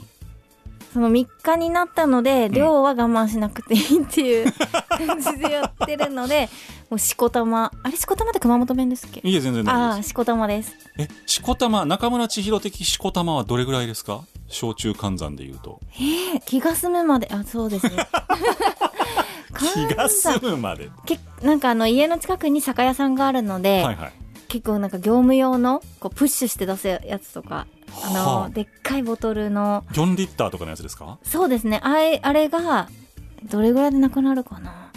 D: その3日になったので量は我慢しなくていいっていう感じでやってる のでもうしこたまあれしこたまって熊本弁ですっけ
C: いえ、全然大丈夫
D: あ
C: です
D: あ。しこたまです
C: え、しこたま、中村千尋的しこたまはどれぐらいですか焼酎換算で言うと。
D: え気が済むまであそうですね
C: 気が済
D: む
C: むまで。
D: けなんかあの家の近くに酒屋さんがあるので、
C: はいはい。
D: 結構なんか業務用のこうプッシュして出すやつとかあの、
C: はあ
D: でっかいボトルの
C: 4リッターとかのやつですか
D: そうですねあれあれがどれぐらいでなくなるかな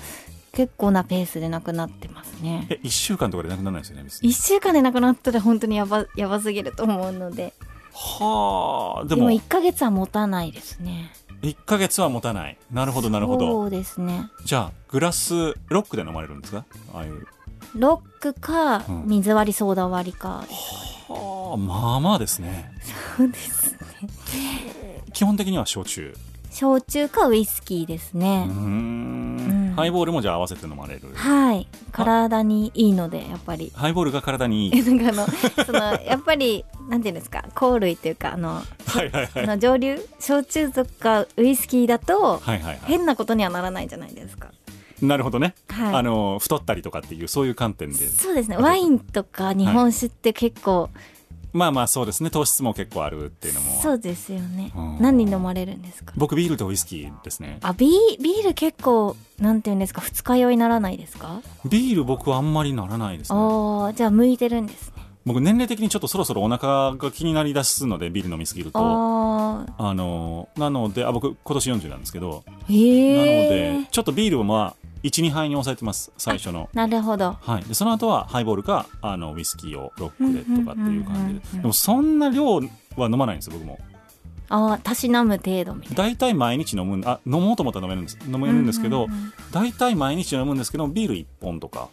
D: 結構なペースでなくなってますね
C: え、1週間とかでなくならないですよね、別に。
D: 1週間でなくなったら本当にやばやばすぎると思うので
C: はあ、で
D: でも
C: も、
D: 1ヶ月は持たないですね
C: 1ヶ月は持たない。なるほど、なるほ
D: そ
C: ど。
D: うですね
C: じゃあ、グラス、ロックで飲まれるんですかああいう。
D: ロックか
C: うん
D: 水割りソーダ割りかです
C: はあ、まあまあですね。
D: そうですね
C: 基本的には焼酎。
D: 焼酎かウイスキーです
C: うー
D: ね、
C: ん
D: うん
C: ハイボールもじゃあ合わせて飲まれる。
D: はい体にいいのでやっぱり
C: ハイボールが体にい
D: え
C: い。
D: なんかあのそのやっぱりなんていうんですか香類っていうかあの
C: はいはいは
D: あ
C: い。
D: の上流焼酎とかウイスキーだと
C: はいはいは
D: 変なことにはならないじゃないですか
C: い。なるほどね。
D: はい
C: あの、太ったりとかっていう、そういう観点で。
D: そうですねワインとか日本酒って結構
C: まあまあそうですね糖質も結構あるっていうのも
D: そうですよね
C: うん。
D: 何に飲まれるんですか
C: 僕ビールとウイスキーですね
D: あ、ビー、ビール結構、なんていうんですか、二日酔いならないですか
C: ビール僕はあんまりならないですね
D: ああ、じゃあ向いてるんですね。
C: 僕年齢的にちょっとそろそろお腹が気になりだすのでビール飲みすぎると
D: ああ、
C: あのなのであ僕今年40なんですけどなの
D: へえ。
C: でちょっとビールをまあ12杯に抑えてます最初の
D: なるほど。
C: はい、でその後はハイボールかあのウイスキーをロックでとかっていう感
D: うんうんうん
C: じ
D: うん
C: ででもそんな量は飲まないんですよ僕も
D: ああ、たしなむ程度みたいな。
C: 大体毎日飲むんあ飲もうと思ったら飲めるんです飲めるんですけど、
D: うんうんうん
C: 大体毎日飲むんですけどビール1本とか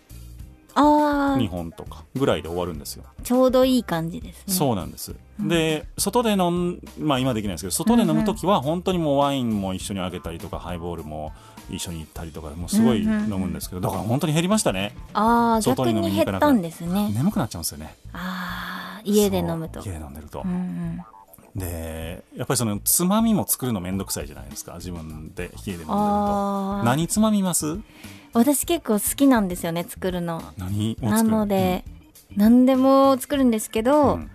D: あ
C: 2本とかぐらいで終わるんですよ、
D: あ、ちょうどいい感じですね。
C: そうなんです、で外で飲んまあ今できないですけど外で飲む時は本当にもうワインも一緒にあげたりとかハイボールも一緒に行ったりとかもうすごい飲むんですけどだから本当に減りましたね
D: ああ、
C: 外
D: 逆
C: に飲み
D: に
C: に行
D: 減
C: かな
D: っ
C: くな
D: た
C: る
D: んですね。
C: 眠くなっちゃうんですよね
D: ああ、家で飲むと。
C: そう
D: う
C: 家で飲んでると、
D: んうん、
C: でやっぱりそのつまみも作るのめんどくさいじゃないですか自分で家で飲んでると
D: ああ、
C: 何つまみます
D: 私結構好きなんですよね、作るの。
C: 何を作る
D: なので、何でも作るんですけ
C: うん
D: ど、
C: うん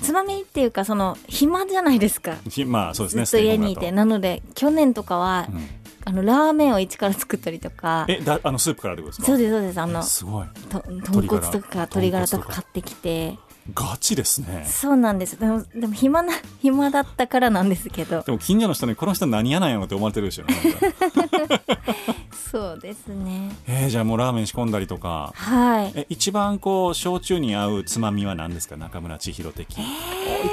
D: つまみっていうかその暇じゃないですか
C: ひまあそうです
D: ず
C: ね
D: っと家にい
C: ステイ
D: て
C: ホ
D: なので去年とかは、
C: ームだと
D: あのラーメンを一から作ったりとか
C: うんえだあのスープからってことですか
D: そう
C: す
D: ですそうですあの
C: すごい
D: と豚骨とか
C: 鶏
D: 鶏
C: ガラ
D: ガラと
C: 豚骨
D: か
C: とか
D: 買ってきて
C: ガチですね
D: そうなんですでもでも暇な暇だったからなんですけど
C: でも近所の人にこの人何やなんやろって思われてるでしょ、ね、なんか
D: そうですね
C: えーじゃあもうラーメン仕込んだりとか
D: はい
C: え一番こう焼酎に合うつまみは何ですか中村千尋的、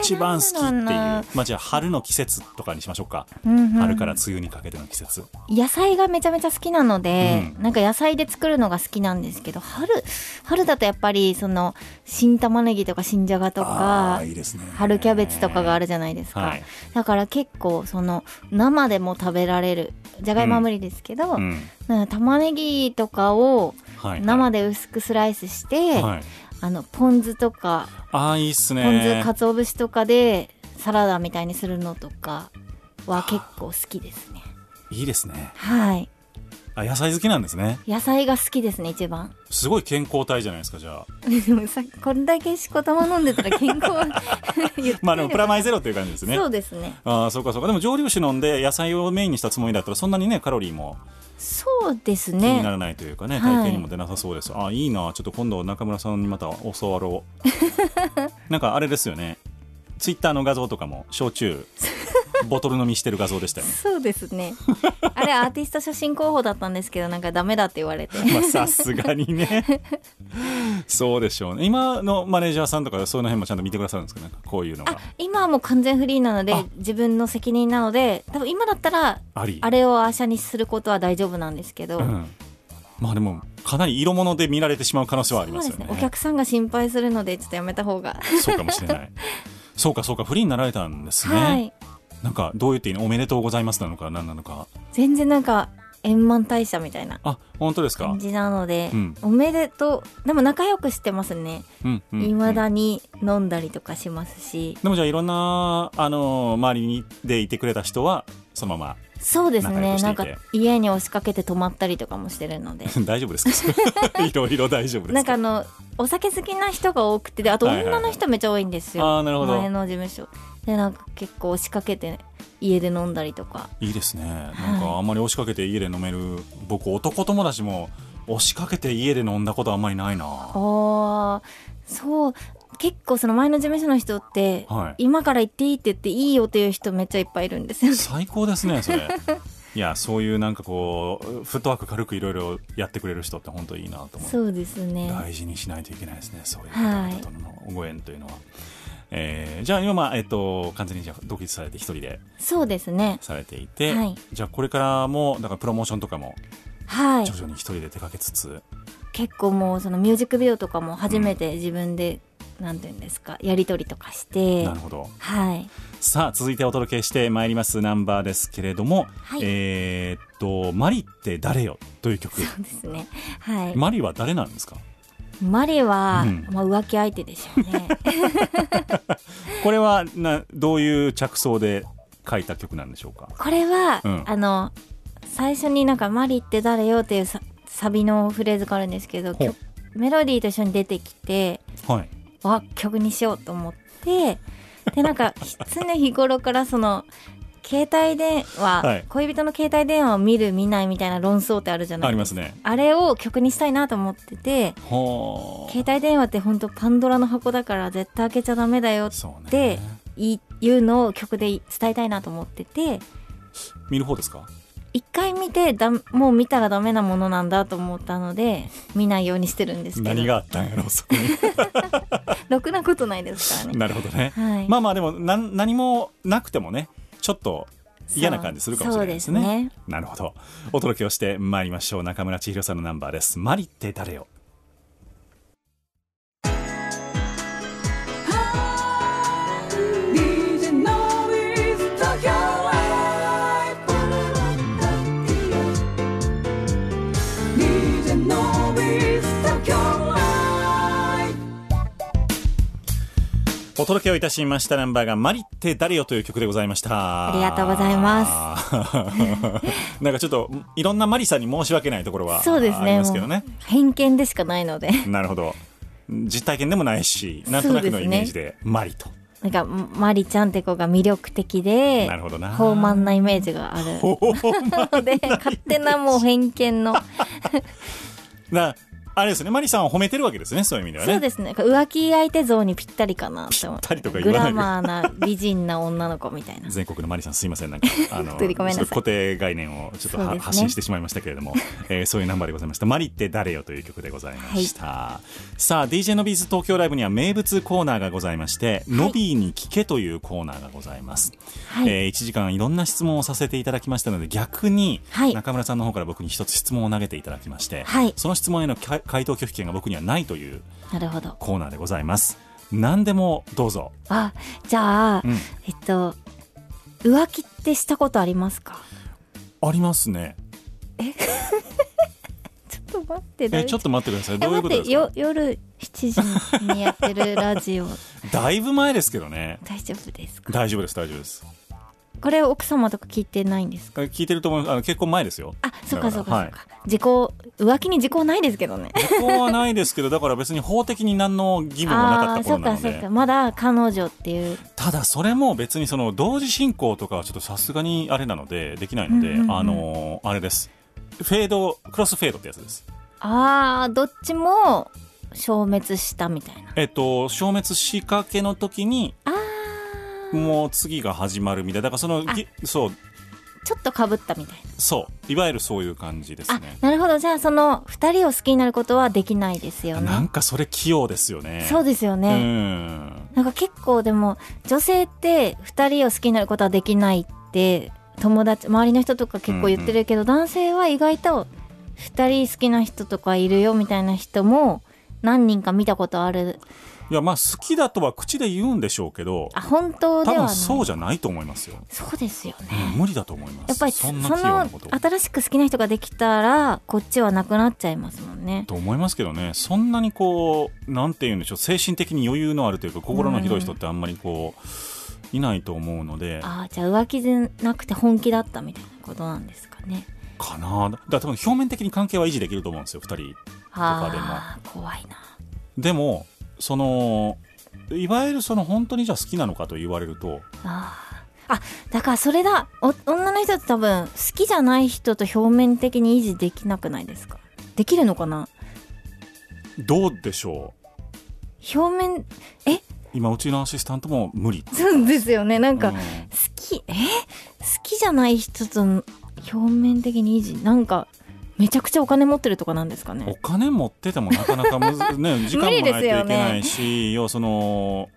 C: 一番好きってい
D: な
C: うん
D: だろうな
C: まあじゃあ春の季節とかにしましょうか、
D: うんうん
C: 春から梅雨にかけての季節
D: 野菜がめちゃめちゃ好きなので、
C: う
D: なんか野菜で作るのが好きなんですけど春春だとやっぱりその新玉ねぎとか新じゃがと
C: あ
D: か
C: ーいいですね
D: 春キャベツとかがあるじゃないですか、
C: はい
D: だから結構その生でも食べられるじゃがいもは無理ですけど、
C: うん
D: なんか玉ねぎとかを
C: はい
D: 生で薄くスライスして、
C: はい、
D: あのポン酢とか
C: ああいいっすね
D: ポン酢かつお節とかでサラダみたいにするのとかは結構好きですね
C: いいですね
D: はい
C: あ野菜好きなんですね
D: 野菜が好きですね一番
C: すごい健康体じゃないですかじゃあ
D: でもさこれだけしこたま飲んでたら健康言って
C: まあでもプラマイゼロ
D: で
C: という感じです
D: す
C: ね
D: そうですね
C: ああそうかそうかでも蒸留酒飲んで野菜をメインにしたつもりだったらそんなにねカロリーも
D: そうです
C: 気にな
D: ね
C: らないというかね
D: はい
C: 体型にも出なさそうです、ああいいなちょっと今度中村さんにまた教わ ろうなんかあれですよねツイッターの画像とかも焼 酎ボトル飲みしてる画像でしたよね
D: そうですねあれアーティスト写真候補だったんですけどなんかダメだって言われて
C: まあさすがにねそうでしょうね今のマネージャーさんとかその辺もちゃんと見てくださるんですかなんかこういうのが
D: 今はもう完全フリーなので
C: あ
D: 自分の責任なので多分今だったら
C: あり
D: あれをあしゃにすることは大丈夫なんですけど、
C: うん、まあでもかなり色物で見られてしまう可能性はあり
D: そう
C: ま
D: です
C: よ
D: す
C: ね
D: ねお客さんが心配するのでちょっとやめた方が、
C: そうかもしれないそうかそうかフリーになられたんですね、
D: はい
C: なんかどう言っていいのおめでとうございますなのか何なのか
D: 全然なんか円満退社みたいな
C: あ本当ですか
D: 感じなので、
C: うん
D: おめでとうでも仲良くしてますね
C: うんうん
D: い
C: うん
D: まだに飲んだりとかしますし、
C: でもじゃあいろんな、あのー周りにでいてくれた人はそのま
D: そうです
C: 仲良く
D: ね
C: して
D: ないん
C: て
D: か家に押しかけて泊まったりとかもしてるの で
C: ま大丈夫です かいろいろ大丈夫です
D: なんかあのお酒好きな人が多くてであと
C: はいはいはい
D: 女の人めっちゃ多いんですよ、
C: あーなるほど
D: 前の事務所でなんか結構押しかけて家で飲んだりとか
C: いいですねなんか
D: はい
C: あんまり押しかけて家で飲める僕男友達も押しかけて家で飲んだことあんまりない な
D: ああそう結構その前の事務所の人って、
C: はい
D: 今から行っていいって言っていいよっていう人めっちゃいっぱいいるんですよね
C: 最高ですねそ れいやそういうなんかこうフットワーク軽くいろいろやってくれる人って本当いいなと思って
D: そうですね
C: 大事にしないといけないですねそういう
D: はい
C: 方々とのご縁というのは、えーじゃあ今、まあえっと、完全にじゃあ独立されて一人で
D: そうですね
C: されていて、
D: はい
C: じゃあこれからもだからプロモーションとかも
D: はい
C: 徐々に一人で手掛けつつ、
D: 結構もうそのミュージックビデオとかも初めて自分で、なんていうんですかやり取りとかして
C: なるほど
D: はい
C: さあ続いてお届けしてまいりますナンバーですけれども、
D: はい
C: えーっと「マリって誰よ」という曲
D: そうですねはい、
C: マリは誰なんですか
D: マリは、
C: うん
D: まあ、浮気相手でしょう ね
C: これはなどういう着想で書いた曲なんでしょうか
D: これは、
C: うん
D: あの最初になんか「マリって誰よ」っていうササビのフレーズがあるんですけど
C: ほう
D: 曲メロディーと一緒に出てきて
C: はい
D: わ曲にしようと思ってでなんか 常日頃からその携帯電話、
C: はい
D: 恋人の携帯電話を見る見ないみたいな論争ってあるじゃな
C: あ
D: い
C: り
D: で
C: ます
D: か
C: すね。
D: あれを曲にしたいなと思ってて
C: ほー
D: 携帯電話って本当パンドラの箱だから絶対開けちゃダメだよっ
C: そう
D: て
C: ね。
D: いいうのを曲で伝えたいなと思ってて
C: 見る方ですか
D: 一回見てだもう見たらダメなものなんだと思ったので見ないようにしてるんですけど
C: 何があったんやろう、そこ
D: ろくなことないですから
C: に。
D: ね。
C: なるほどね。
D: はい、
C: まあまあでもなん何もなくてもねちょっと嫌な感じするかもしれないですね
D: そうそうですね
C: なるほどお届けをしてまいりましょう中村千尋さんのナンバーです「マリって誰よ」
F: DJ Norris, Tokyo Live. DJ Norris, Tokyo Live.
C: お届けをいたしましたナンバーが「マリって誰よ」という曲でございました
D: ありがとうございます
C: なんかちょっといろんなマリさんに申し訳ないところは
D: そうです
C: あり
D: ね
C: ますけどね
D: もう偏見でしかないので
C: なるほど実体験でもないしなんとなくのイメージで「マリと
D: なんかマリちゃんって子が魅力的で
C: なるほどな
D: 豊満なイメージがあるので勝手なもう偏見の
C: なあれですねマリさんを褒めてるわけですねそういう意味ではね
D: そうですね浮気相手像にぴったりかなって思う
C: ぴったりとか言
D: グ
C: わない
D: ラ
C: で
D: マーな美人な女の子み たいな
C: 全国のマリさんすいませんなんかあ の
D: 本当にごめんなさい
C: ちょっと固定概念をちょっと
D: そう
C: は、
D: ですね
C: 発信してしまいましたけ れども、えーそういうナンバーでございました「マリって誰よ」という曲でございました、さあ DJ のビーズ東京ライブには名物コーナーがございまして「ノビーに聞け」というコーナーがございます、
D: はい、
C: え1時間いろんな質問をさせていただきましたので逆に
D: はい
C: 中村さんの方から僕に一つ質問を投げていただきまして、
D: はい
C: その質問への回回答拒否権が僕にはないという
D: なるほど
C: コーナーでございます何でもどうぞ、
D: あじゃあ、
C: うん
D: えっと浮気ってしたことありますか
C: ありますね
D: ちょっと待って
C: えちょっと待ってください
D: え
C: どういうこ
D: 待っ
C: とで
D: て
C: すか
D: よ夜7時にやってるラジオ
C: だいぶ前ですけどね
D: 大丈夫ですか
C: 大丈夫です大丈夫です
D: これ奥様とか聞いてないんですか
C: あ聞いてると思うあの結婚前ですよ
D: あそっかそっかそっか、
C: はい
D: 時効浮気に時効ないですけどね
C: 結婚はないですけどだから別に法的に何の義務もなか
D: あ
C: っ
D: あー
C: た
D: そ
C: 頃
D: っ
C: な
D: か
C: の
D: そっか
C: で
D: まだ彼女っていう
C: ただそれも別にその同時進行とかはちょっとさすがにあれなのでできないので、
D: うんうんうん
C: あのーあれですフェードクロスフェードってやつです
D: ああどっちも消滅したみたいな
C: えっと消滅しかけの時に
D: あー
C: もう次が始まるみたいだからそのぎそう
D: ちょっとかぶったみたい
C: そういわゆるそういう感じです
D: な、
C: ね
D: あなるほどじゃあその2人を好きになることはできないですよ
C: な
D: ね
C: んかそれ器用ですよね
D: そうですよね、
C: うん
D: なんか結構でも女性って2人を好きになることはできないって友達周りの人とか結構言ってるけど、男性は意外と2人好きな人とかいるよみたいな人も何人か見たことある
C: いやまあ好きだとは口で言うんでしょうけど
D: あ本当
C: 多
D: ではな
C: 分
D: い
C: そう
D: そう
C: じゃないと思いますよ、
D: ですよね
C: うん無理だと思います
D: やっぱり
C: そ
D: そ
C: んな器用な
D: の
C: こと
D: 新しく好きな人ができたらこっちはなくなっちゃいますもんね
C: と思いますけどねそんなにこうなんて言うんでしょう精神的に余裕のあるというか心の広い人ってあんまりこういないと思うので
D: ああじゃあ浮気じゃなくて本気だったみたいなことなんですかね
C: かなだから多分表面的に関係は維持できると思うんですよ2人かでも
D: ああ怖いな
C: でもそのいわゆるその本当にじゃあ好きなのかと言われると
D: あーあだからそれだお女の人って多分好きじゃない人と表面的に維持できなくないですかできるのかな
C: どうでしょう
D: 表面え
C: 今うちのアシスタントも無理
D: そうですよねなんか、
C: う
D: 好
C: ん
D: きえ好きじゃない人と表面的に維持なんかめちゃくちゃお金持ってるとかなんですか
C: お
D: ね
C: 金持っててもなかなかむず、 ね、時間もないとい
D: 無理です
C: け
D: よ
C: ない
D: ね
C: し、要はその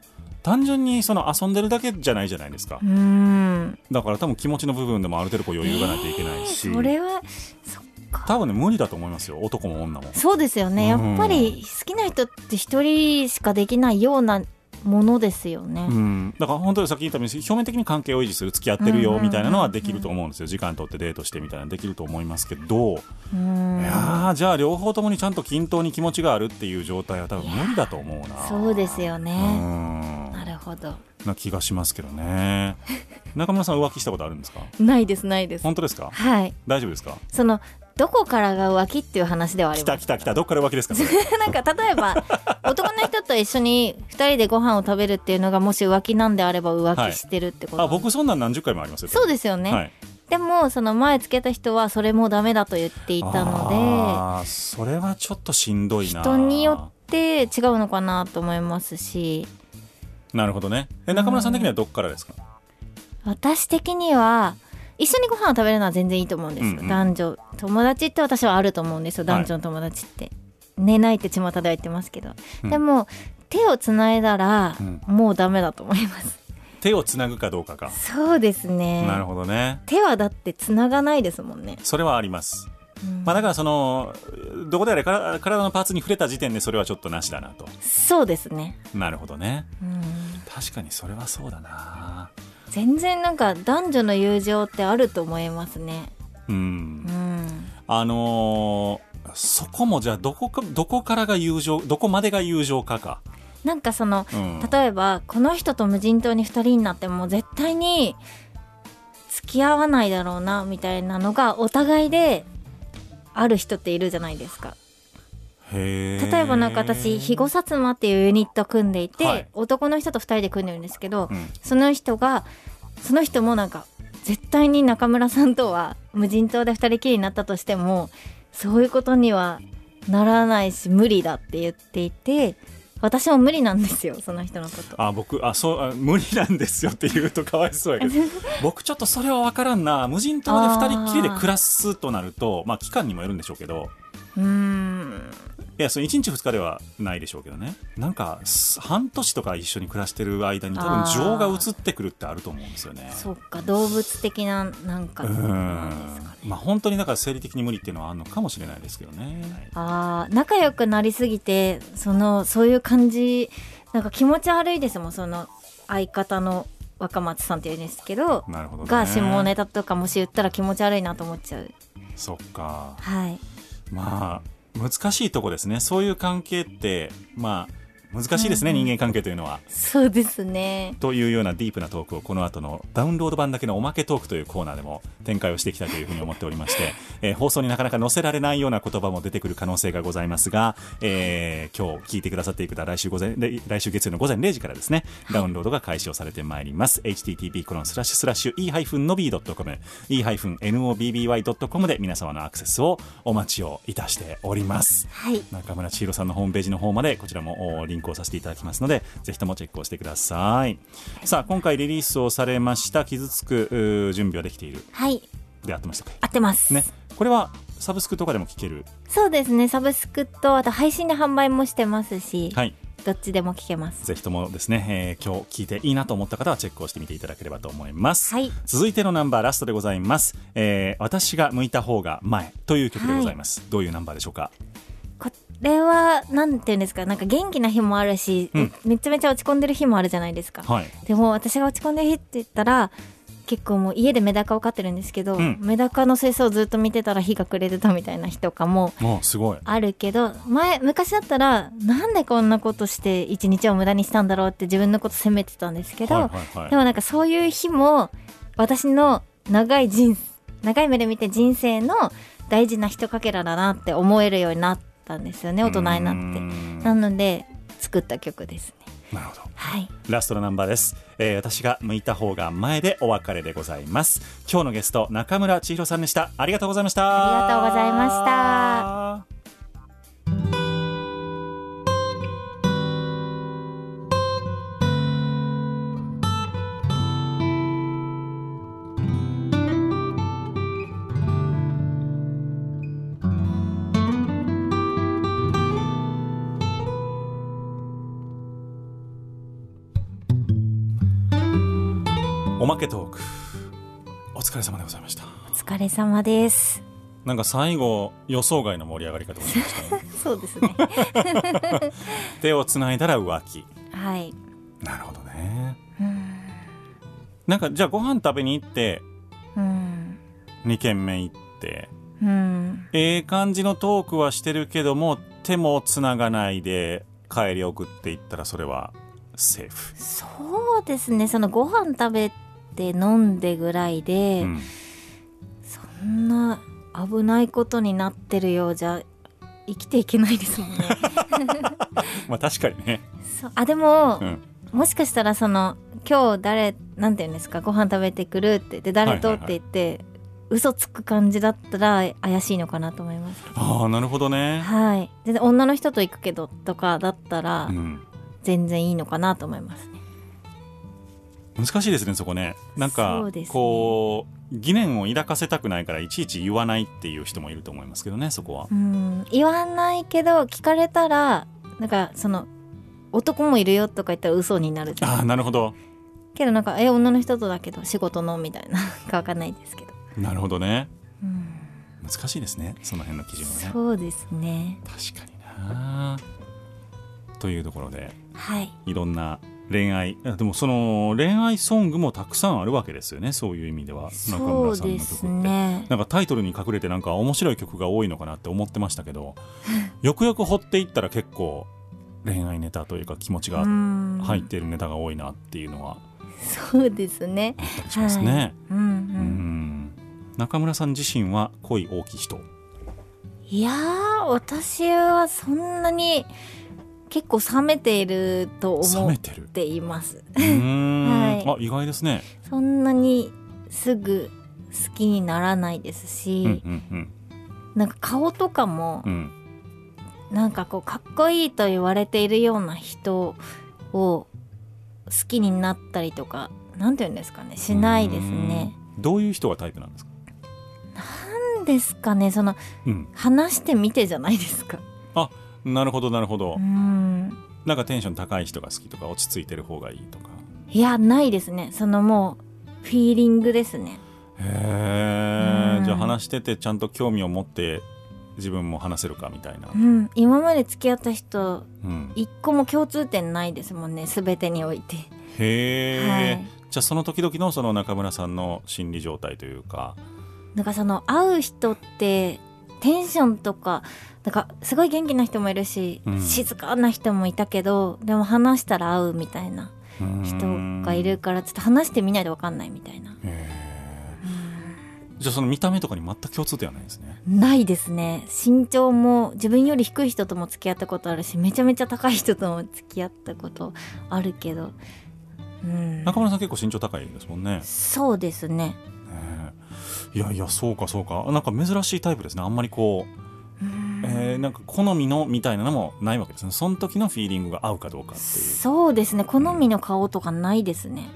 C: 単純にその遊んでるだけじゃないじゃないですか
D: うーん
C: だから多分気持ちの部分でもある程度こう余裕がないといけないし、
D: それはそ
C: 多分ね無理だと思いますよ男も女も
D: そうですよねやっぱり好きな人って一人しかできないようなものですよね、
C: うん、だから本当にさっき言ったように表面的に関係を維持する付き合ってる
D: うんうん
C: よ
D: うん
C: みたいなのはできると思うんですよ時間取ってデートしてみたいなのできると思いますけど、
D: うーん
C: いやーじゃあ両方ともにちゃんと均等に気持ちがあるっていう状態は多分無理だと思うな
D: そうですよ
C: う
D: ね、
C: ん
D: なるほど
C: な気がしますけどね中村さん浮気したことあるんですか
D: ないですないです
C: 本当ですか
D: はい
C: 大丈夫ですか
D: そのどこからが浮気っていう話ではあり
C: 来
D: ま
C: た
D: す
C: 来た来たどっから浮気ですかそれ
D: なんか例え ば男の人と一緒に2人でご飯を食べるっていうのがもし浮気なんであれば浮気してるってこと、
C: あ僕そんなん何十回もありますよ
D: そうですよね、
C: はい
D: でもその前つけた人はそれもダメだと言っていたの
C: あーそれはちょっとしんどい
D: で
C: な
D: 人によって違うのかなと思いますし
C: なるほどねえ中村さん的にはどっからですか
D: 私的には一緒にご飯を食べるのは全然いいと思うんですよ、
C: うんうん
D: 男女友達って私はあると思うんですよ
C: はい
D: 男女の友達って、寝ないって巷では言ってますけど、
C: うん
D: でも手をつないだら、
C: うん
D: もうダメだと思 います
C: 手をつなぐかどうかか、
D: そうですね
C: なるほどね
D: 手はだってつながないですもんね、
C: それはあります、
D: うん
C: まあ、だからそのどこであれから体のパーツに触れた時点でそれはちょっとなしだなと
D: そうですね、
C: なるほどね
D: うん、
C: 確かにそれはそうだな
D: 全然なんか男女の友情ってあると思いますね
C: うん、
D: うん
C: あのーそこもじゃあどこかどこからが友情どこまでが友情かか、
D: なんかその
C: うん、
D: 例えばこの人と無人島に2人になっても絶対に付き合わないだろうなみたいなのがお互いである人っているじゃないですか
C: へー
D: 例えばなんか私肥後薩摩っていうユニット組んでいて、
C: はい
D: 男の人と2人で組んでるんですけど、
C: うん
D: その人がその人もなんか絶対に中村さんとは無人島で2人きりになったとしてもそういうことにはならないし無理だって言っていて私も無理なんですよその人のこと。
C: あ僕あそうあ無理なんですよって言うとかわいそうやけど 僕ちょっとそれは分からんな無人島で2人っきりで暮らすとなるとまあ期間にもよるんでしょうけど
D: うーん
C: いやその1日2日ではないでしょうけどねなんかす半年とか一緒に暮らしてる間に多分
D: あー
C: 情が移ってくるってあると思うんですよね。
D: そっか動物的ななんか
C: う
D: なんですか
C: んまあ本当にだから生理的に無理っていうのはあるのかもしれないですけどね。
D: あー仲良くなりすぎてそのそういう感じなんか気持ち悪いですもんその相方の若松さんっていうんですけど
C: なるほどね。
D: が下ネタとかもし言ったら気持ち悪いなと思っちゃう
C: そっか。
D: はい
C: まあ難しいとこですね。そういう関係ってまあ難しいですね、人間関係というのは。
D: そうですね
C: というようなディープなトークをこの後のダウンロード版だけのおまけトークというコーナーでも展開をしていきたいというふうに思っておりまして、えー放送になかなか載せられないような言葉も出てくる可能性がございますが、えー今日聞いてくださっている方は来週午前で来週月曜の午前0時からですねダウンロードが開始をされてまいります http コロンスラッシュスラッシュ e-nobby.com e-nobby.com で皆様のアクセスをお待ちをいたしております
D: はい
C: 中村千尋さんのホームページの方までこちらもおリンクをさせていただきますのでぜひともチェックをしてくださいさあ今回リリースをされました傷つくうー準備はできている
D: はい
C: で合ってましたか
D: 合ってます、
C: ねこれはサブスクとかでも聞ける
D: そうですねサブスクとあと配信で販売もしてますし、
C: はい
D: どっちでも聞けます
C: ぜひともですね、えー今日聞いていいなと思った方はチェックをしてみていただければと思います、
D: はい
C: 続いてのナンバーラストでございます、えー私が向いた方が前という曲でございます、どういうナンバーでしょうか
D: これはなんていうんですかなんか元気な日もあるし、
C: うん
D: めちゃめちゃ落ち込んでる日もあるじゃないですか、
C: はい
D: でも私が落ち込んでる日って言ったら結構もう家でメダカを飼ってるんですけど、
C: うん
D: メダカの水槽をずっと見てたら日が暮れてたみたいな日とかも
C: もうすごい
D: あるけど前昔だったらなんでこんなことして一日を無駄にしたんだろうって自分のこと責めてたんですけど、
C: はいはいはい
D: でもなんかそういう日も私の長い人長い目で見て人生の大事な一かけらだなって思えるようになったんですよね大人にな
C: うー
D: っ
C: ん
D: てなので作った曲ですね
C: なるほど
D: はい
C: ラストのナンバーです、えー私が向いた方が前でお別れでございます今日のゲスト中村千尋さんでしたありがとうございました
D: ありがとうございま
C: したおまけトークお疲れ様でございました
D: お疲れ様です
C: なんか最後予想外の盛り上がり方をしま したね
D: そうで すね
C: 手をつないだら浮気
D: はい
C: なるほどね
D: うん
C: なんかじゃあご飯食べに行って
D: うん
C: 2軒目行って
D: うん
C: ええ感じのトークはしてるけども手もつながないで帰り送っていったらそれはセーフ、
D: そうですねそのご飯食べて飲んでぐらいで、
C: うん
D: そんな危ないことになってるようじゃ生きていけな いですもんね
C: まあ確かにね。
D: そうあでも
C: う、ん。
D: もしかしたらその今日誰なんて言うんですかご飯食べてくるって言って誰と
C: は
D: っ
C: いはいはい
D: て言って、嘘つく感じだったら怪しいのかなと思います
C: ああ、なるほどね。
D: はい全然女の人と行くけどとかだったら
C: うん。
D: 全然いいのかなと思いますね、
C: 難しいですね、そこね。なんか、
D: そうですね
C: こう、疑念を抱かせたくないから、いちいち言わないっていう人もいると思いますけどね、そこは。
D: うん言わないけど聞かれたらなんかその男もいるよとか言ったら嘘になる
C: ああ、なるほど。
D: けどなんかえ女の人とだけど仕事のみたいな なんかわかんないですけど、
C: なるほどね。
D: うん、
C: 難しいですね、その辺の基準はね。
D: そうですね
C: 確かになというところで
D: はい
C: いろんな恋愛あでもその恋愛ソングもたくさんあるわけですよねそういう意味では中
D: そ
C: 村
D: う
C: さん
D: で
C: の曲っ
D: す
C: て、
D: ね
C: なんかタイトルに隠れてなんか面白い曲が多いのかなって思ってましたけ どよくよく掘っていったら結構恋愛ネタというか気持ちが
D: うん
C: 入っているネタが多いなっていうのは
D: そうですね
C: あったりしますね、
D: うん
C: う
D: うん
C: ん中村さん自身は恋大きい人
D: いやー私はそんなに結構冷めていると
C: 冷
D: 思っ
C: めて る
D: ています
C: うーん、あ
D: はい
C: 意外ですね、
D: そんなにすぐ好きにならないですし、
C: うんうん
D: なんか顔とかも
C: うんうん
D: なんかこうかっこいいと言われているような人を好きになったりとかなんて言うんですかねしないですね。
C: うん。どういう人がタイプなんですか。
D: なんですかねその
C: うん、
D: 話してみてじゃないですか。
C: なるほどなるほど
D: う。ん
C: なんかテンション高い人が好きとか落ち着いてる方がいいとか。
D: いやないですねそのもうフィーリングですね。
C: へえ。
D: うん
C: じゃあ話しててちゃんと興味を持って自分も話せるかみたいな
D: う。ん、今まで付き合った人
C: うん。
D: 一個も共通点ないですもんね全てにおいて。
C: へえ。
D: はい
C: じゃあその時々のその中村さんの心理状態というか。
D: なんかその会う人ってテンションとかなんかすごい元気な人もいるし、
C: うん
D: 静かな人もいたけどでも話したら会うみたいな
C: うーん
D: 人がいる。からちょっと話してみないと分かんないみたいな、
C: へえ。じゃあその見た目とかに全く共通点はないですね。
D: ないですね身長も自分より低い人とも付き合ったことあるしめちゃめちゃ高い人とも付き合ったことあるけどうん
C: 中村さん結構身長高いですもんね。
D: そうですね
C: ねえいやいやそうかそうかなんか珍しいタイプですねあんまりこう、えーなんか好みのみたいなのもないわけですねその時のフィーリングが合うかどうかっていう
D: そうですね好みの顔とかないですね、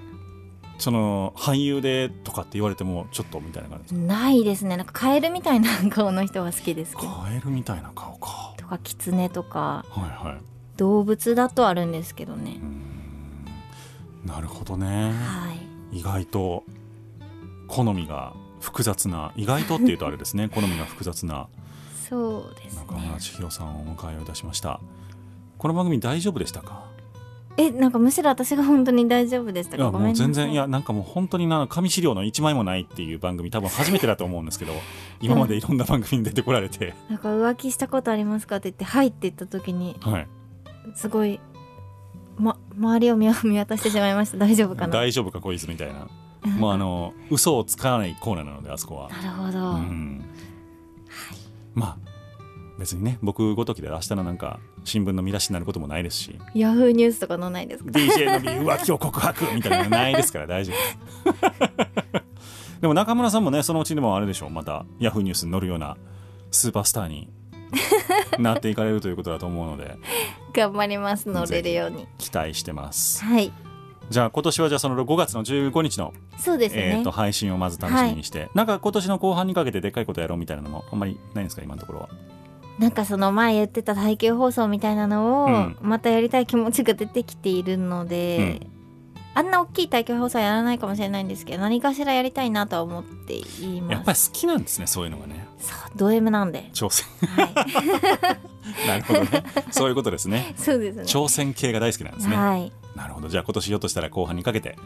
C: その俳優でとかって言われてもちょっとみたいな感じで
D: ないですねなんかカエルみたいな顔の人が好きです
C: す
D: けど
C: カエルみたいな顔か
D: とかキツネとか
C: はいは
D: 動物だとあるんですけどね
C: い、うーんなるほどね
D: はい
C: 意外と好みが複雑な意外とっていうとあれです ね好みが複雑な
D: そうです
C: 中村
D: ね
C: 千尋さんをお迎えをいたしましたこの番組大丈夫でしたか
D: えなんかむしろ私が本当に大丈夫でした
C: い
D: か
C: や
D: ご
C: もう
D: めんなさい
C: 全然いやなんかもう本当にな紙資料の一枚もないっていう番組多分初めてだと思うんですけど今までいろんな番組に出てこられて、
D: なんか浮気したことありますかって言って「はい」って言った時に
C: はい、
D: すごい、ま、周りを見見渡してしまいました大丈夫かな
C: 大丈夫かこいつみたいなもうあの嘘をつかないコーナーなのであそこは、
D: なるほど、
C: うん、まあ別にね僕ごときで明日のなんか新聞の見出しになることもないですし
D: ヤフーニュースとかのないですか
C: DJ のみ浮気を告白みたいなのないですから大丈夫です でも中村さんもねそのうちにもあれでしょうまたヤフーニュースに載るようなスーパースター になっていかれるということだと思うので
D: 頑張ります乗れるように
C: 期待してます
D: はい
C: じゃあ今年はじゃあその5月の15日の、
D: そうですね、
C: えー、と配信をまず楽しみにして、なんか今年の後半にかけてでっかいことやろうみたいなのもあんまりないんですか今のところは
D: なんかその前言ってた耐久放送みたいなのを
C: うん
D: またやりたい気持ちが出てきているので、あんな大きい耐久放送はやらないかもしれないんですけど何かしらやりたいなとは思っています
C: やっぱり好きなんですねそういうのがね
D: そうド M な んで、
C: 挑戦
D: はい、
C: なるほどねそういうことですね
D: そうですね
C: 挑戦系が大好きなんですね、
D: はい
C: なるほどじゃあ今年ひょっとしたら後半にかけて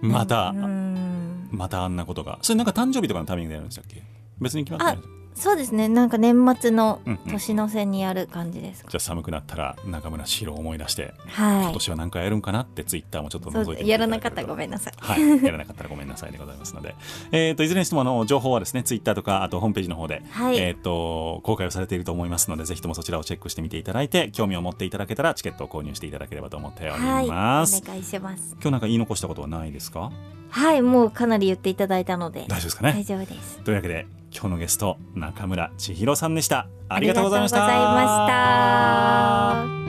C: また、
D: うーん
C: またあんなことがそれなんか誕生日とかのタイミングでやるんでしたっけ別に決まってない
D: そうですねなんか年末の
C: うんうん
D: 年の瀬にやる感じですか、
C: じゃあ寒くなったら中村史郎を思い出して
D: はい
C: 今年は何かやるんかなってツイッターもちょっと
D: そ
C: 覗いうてみて
D: でやらなかったらご
C: ん
D: めんなさい
C: はい、やらなかったらごめんなさいでございますので、えー、といずれにしてもあの情報はですねツイッターとかあとホームページの方で、
D: はい
C: えー、と公開をされていると思いますのでぜひともそちらをチェックしてみていただいて興味を持っていただけたらチケットを購入していただければと思っており
D: はいお
C: ます、
D: 願いします
C: 今日なんか言い残したことはないですか
D: はいもうかなり言っていただいたので
C: 大丈夫ですかね、
D: 大丈夫です
C: というわけで今日のゲスト中村千尋さんでしたあ
D: あ
C: りがとうございました
D: りがとうございました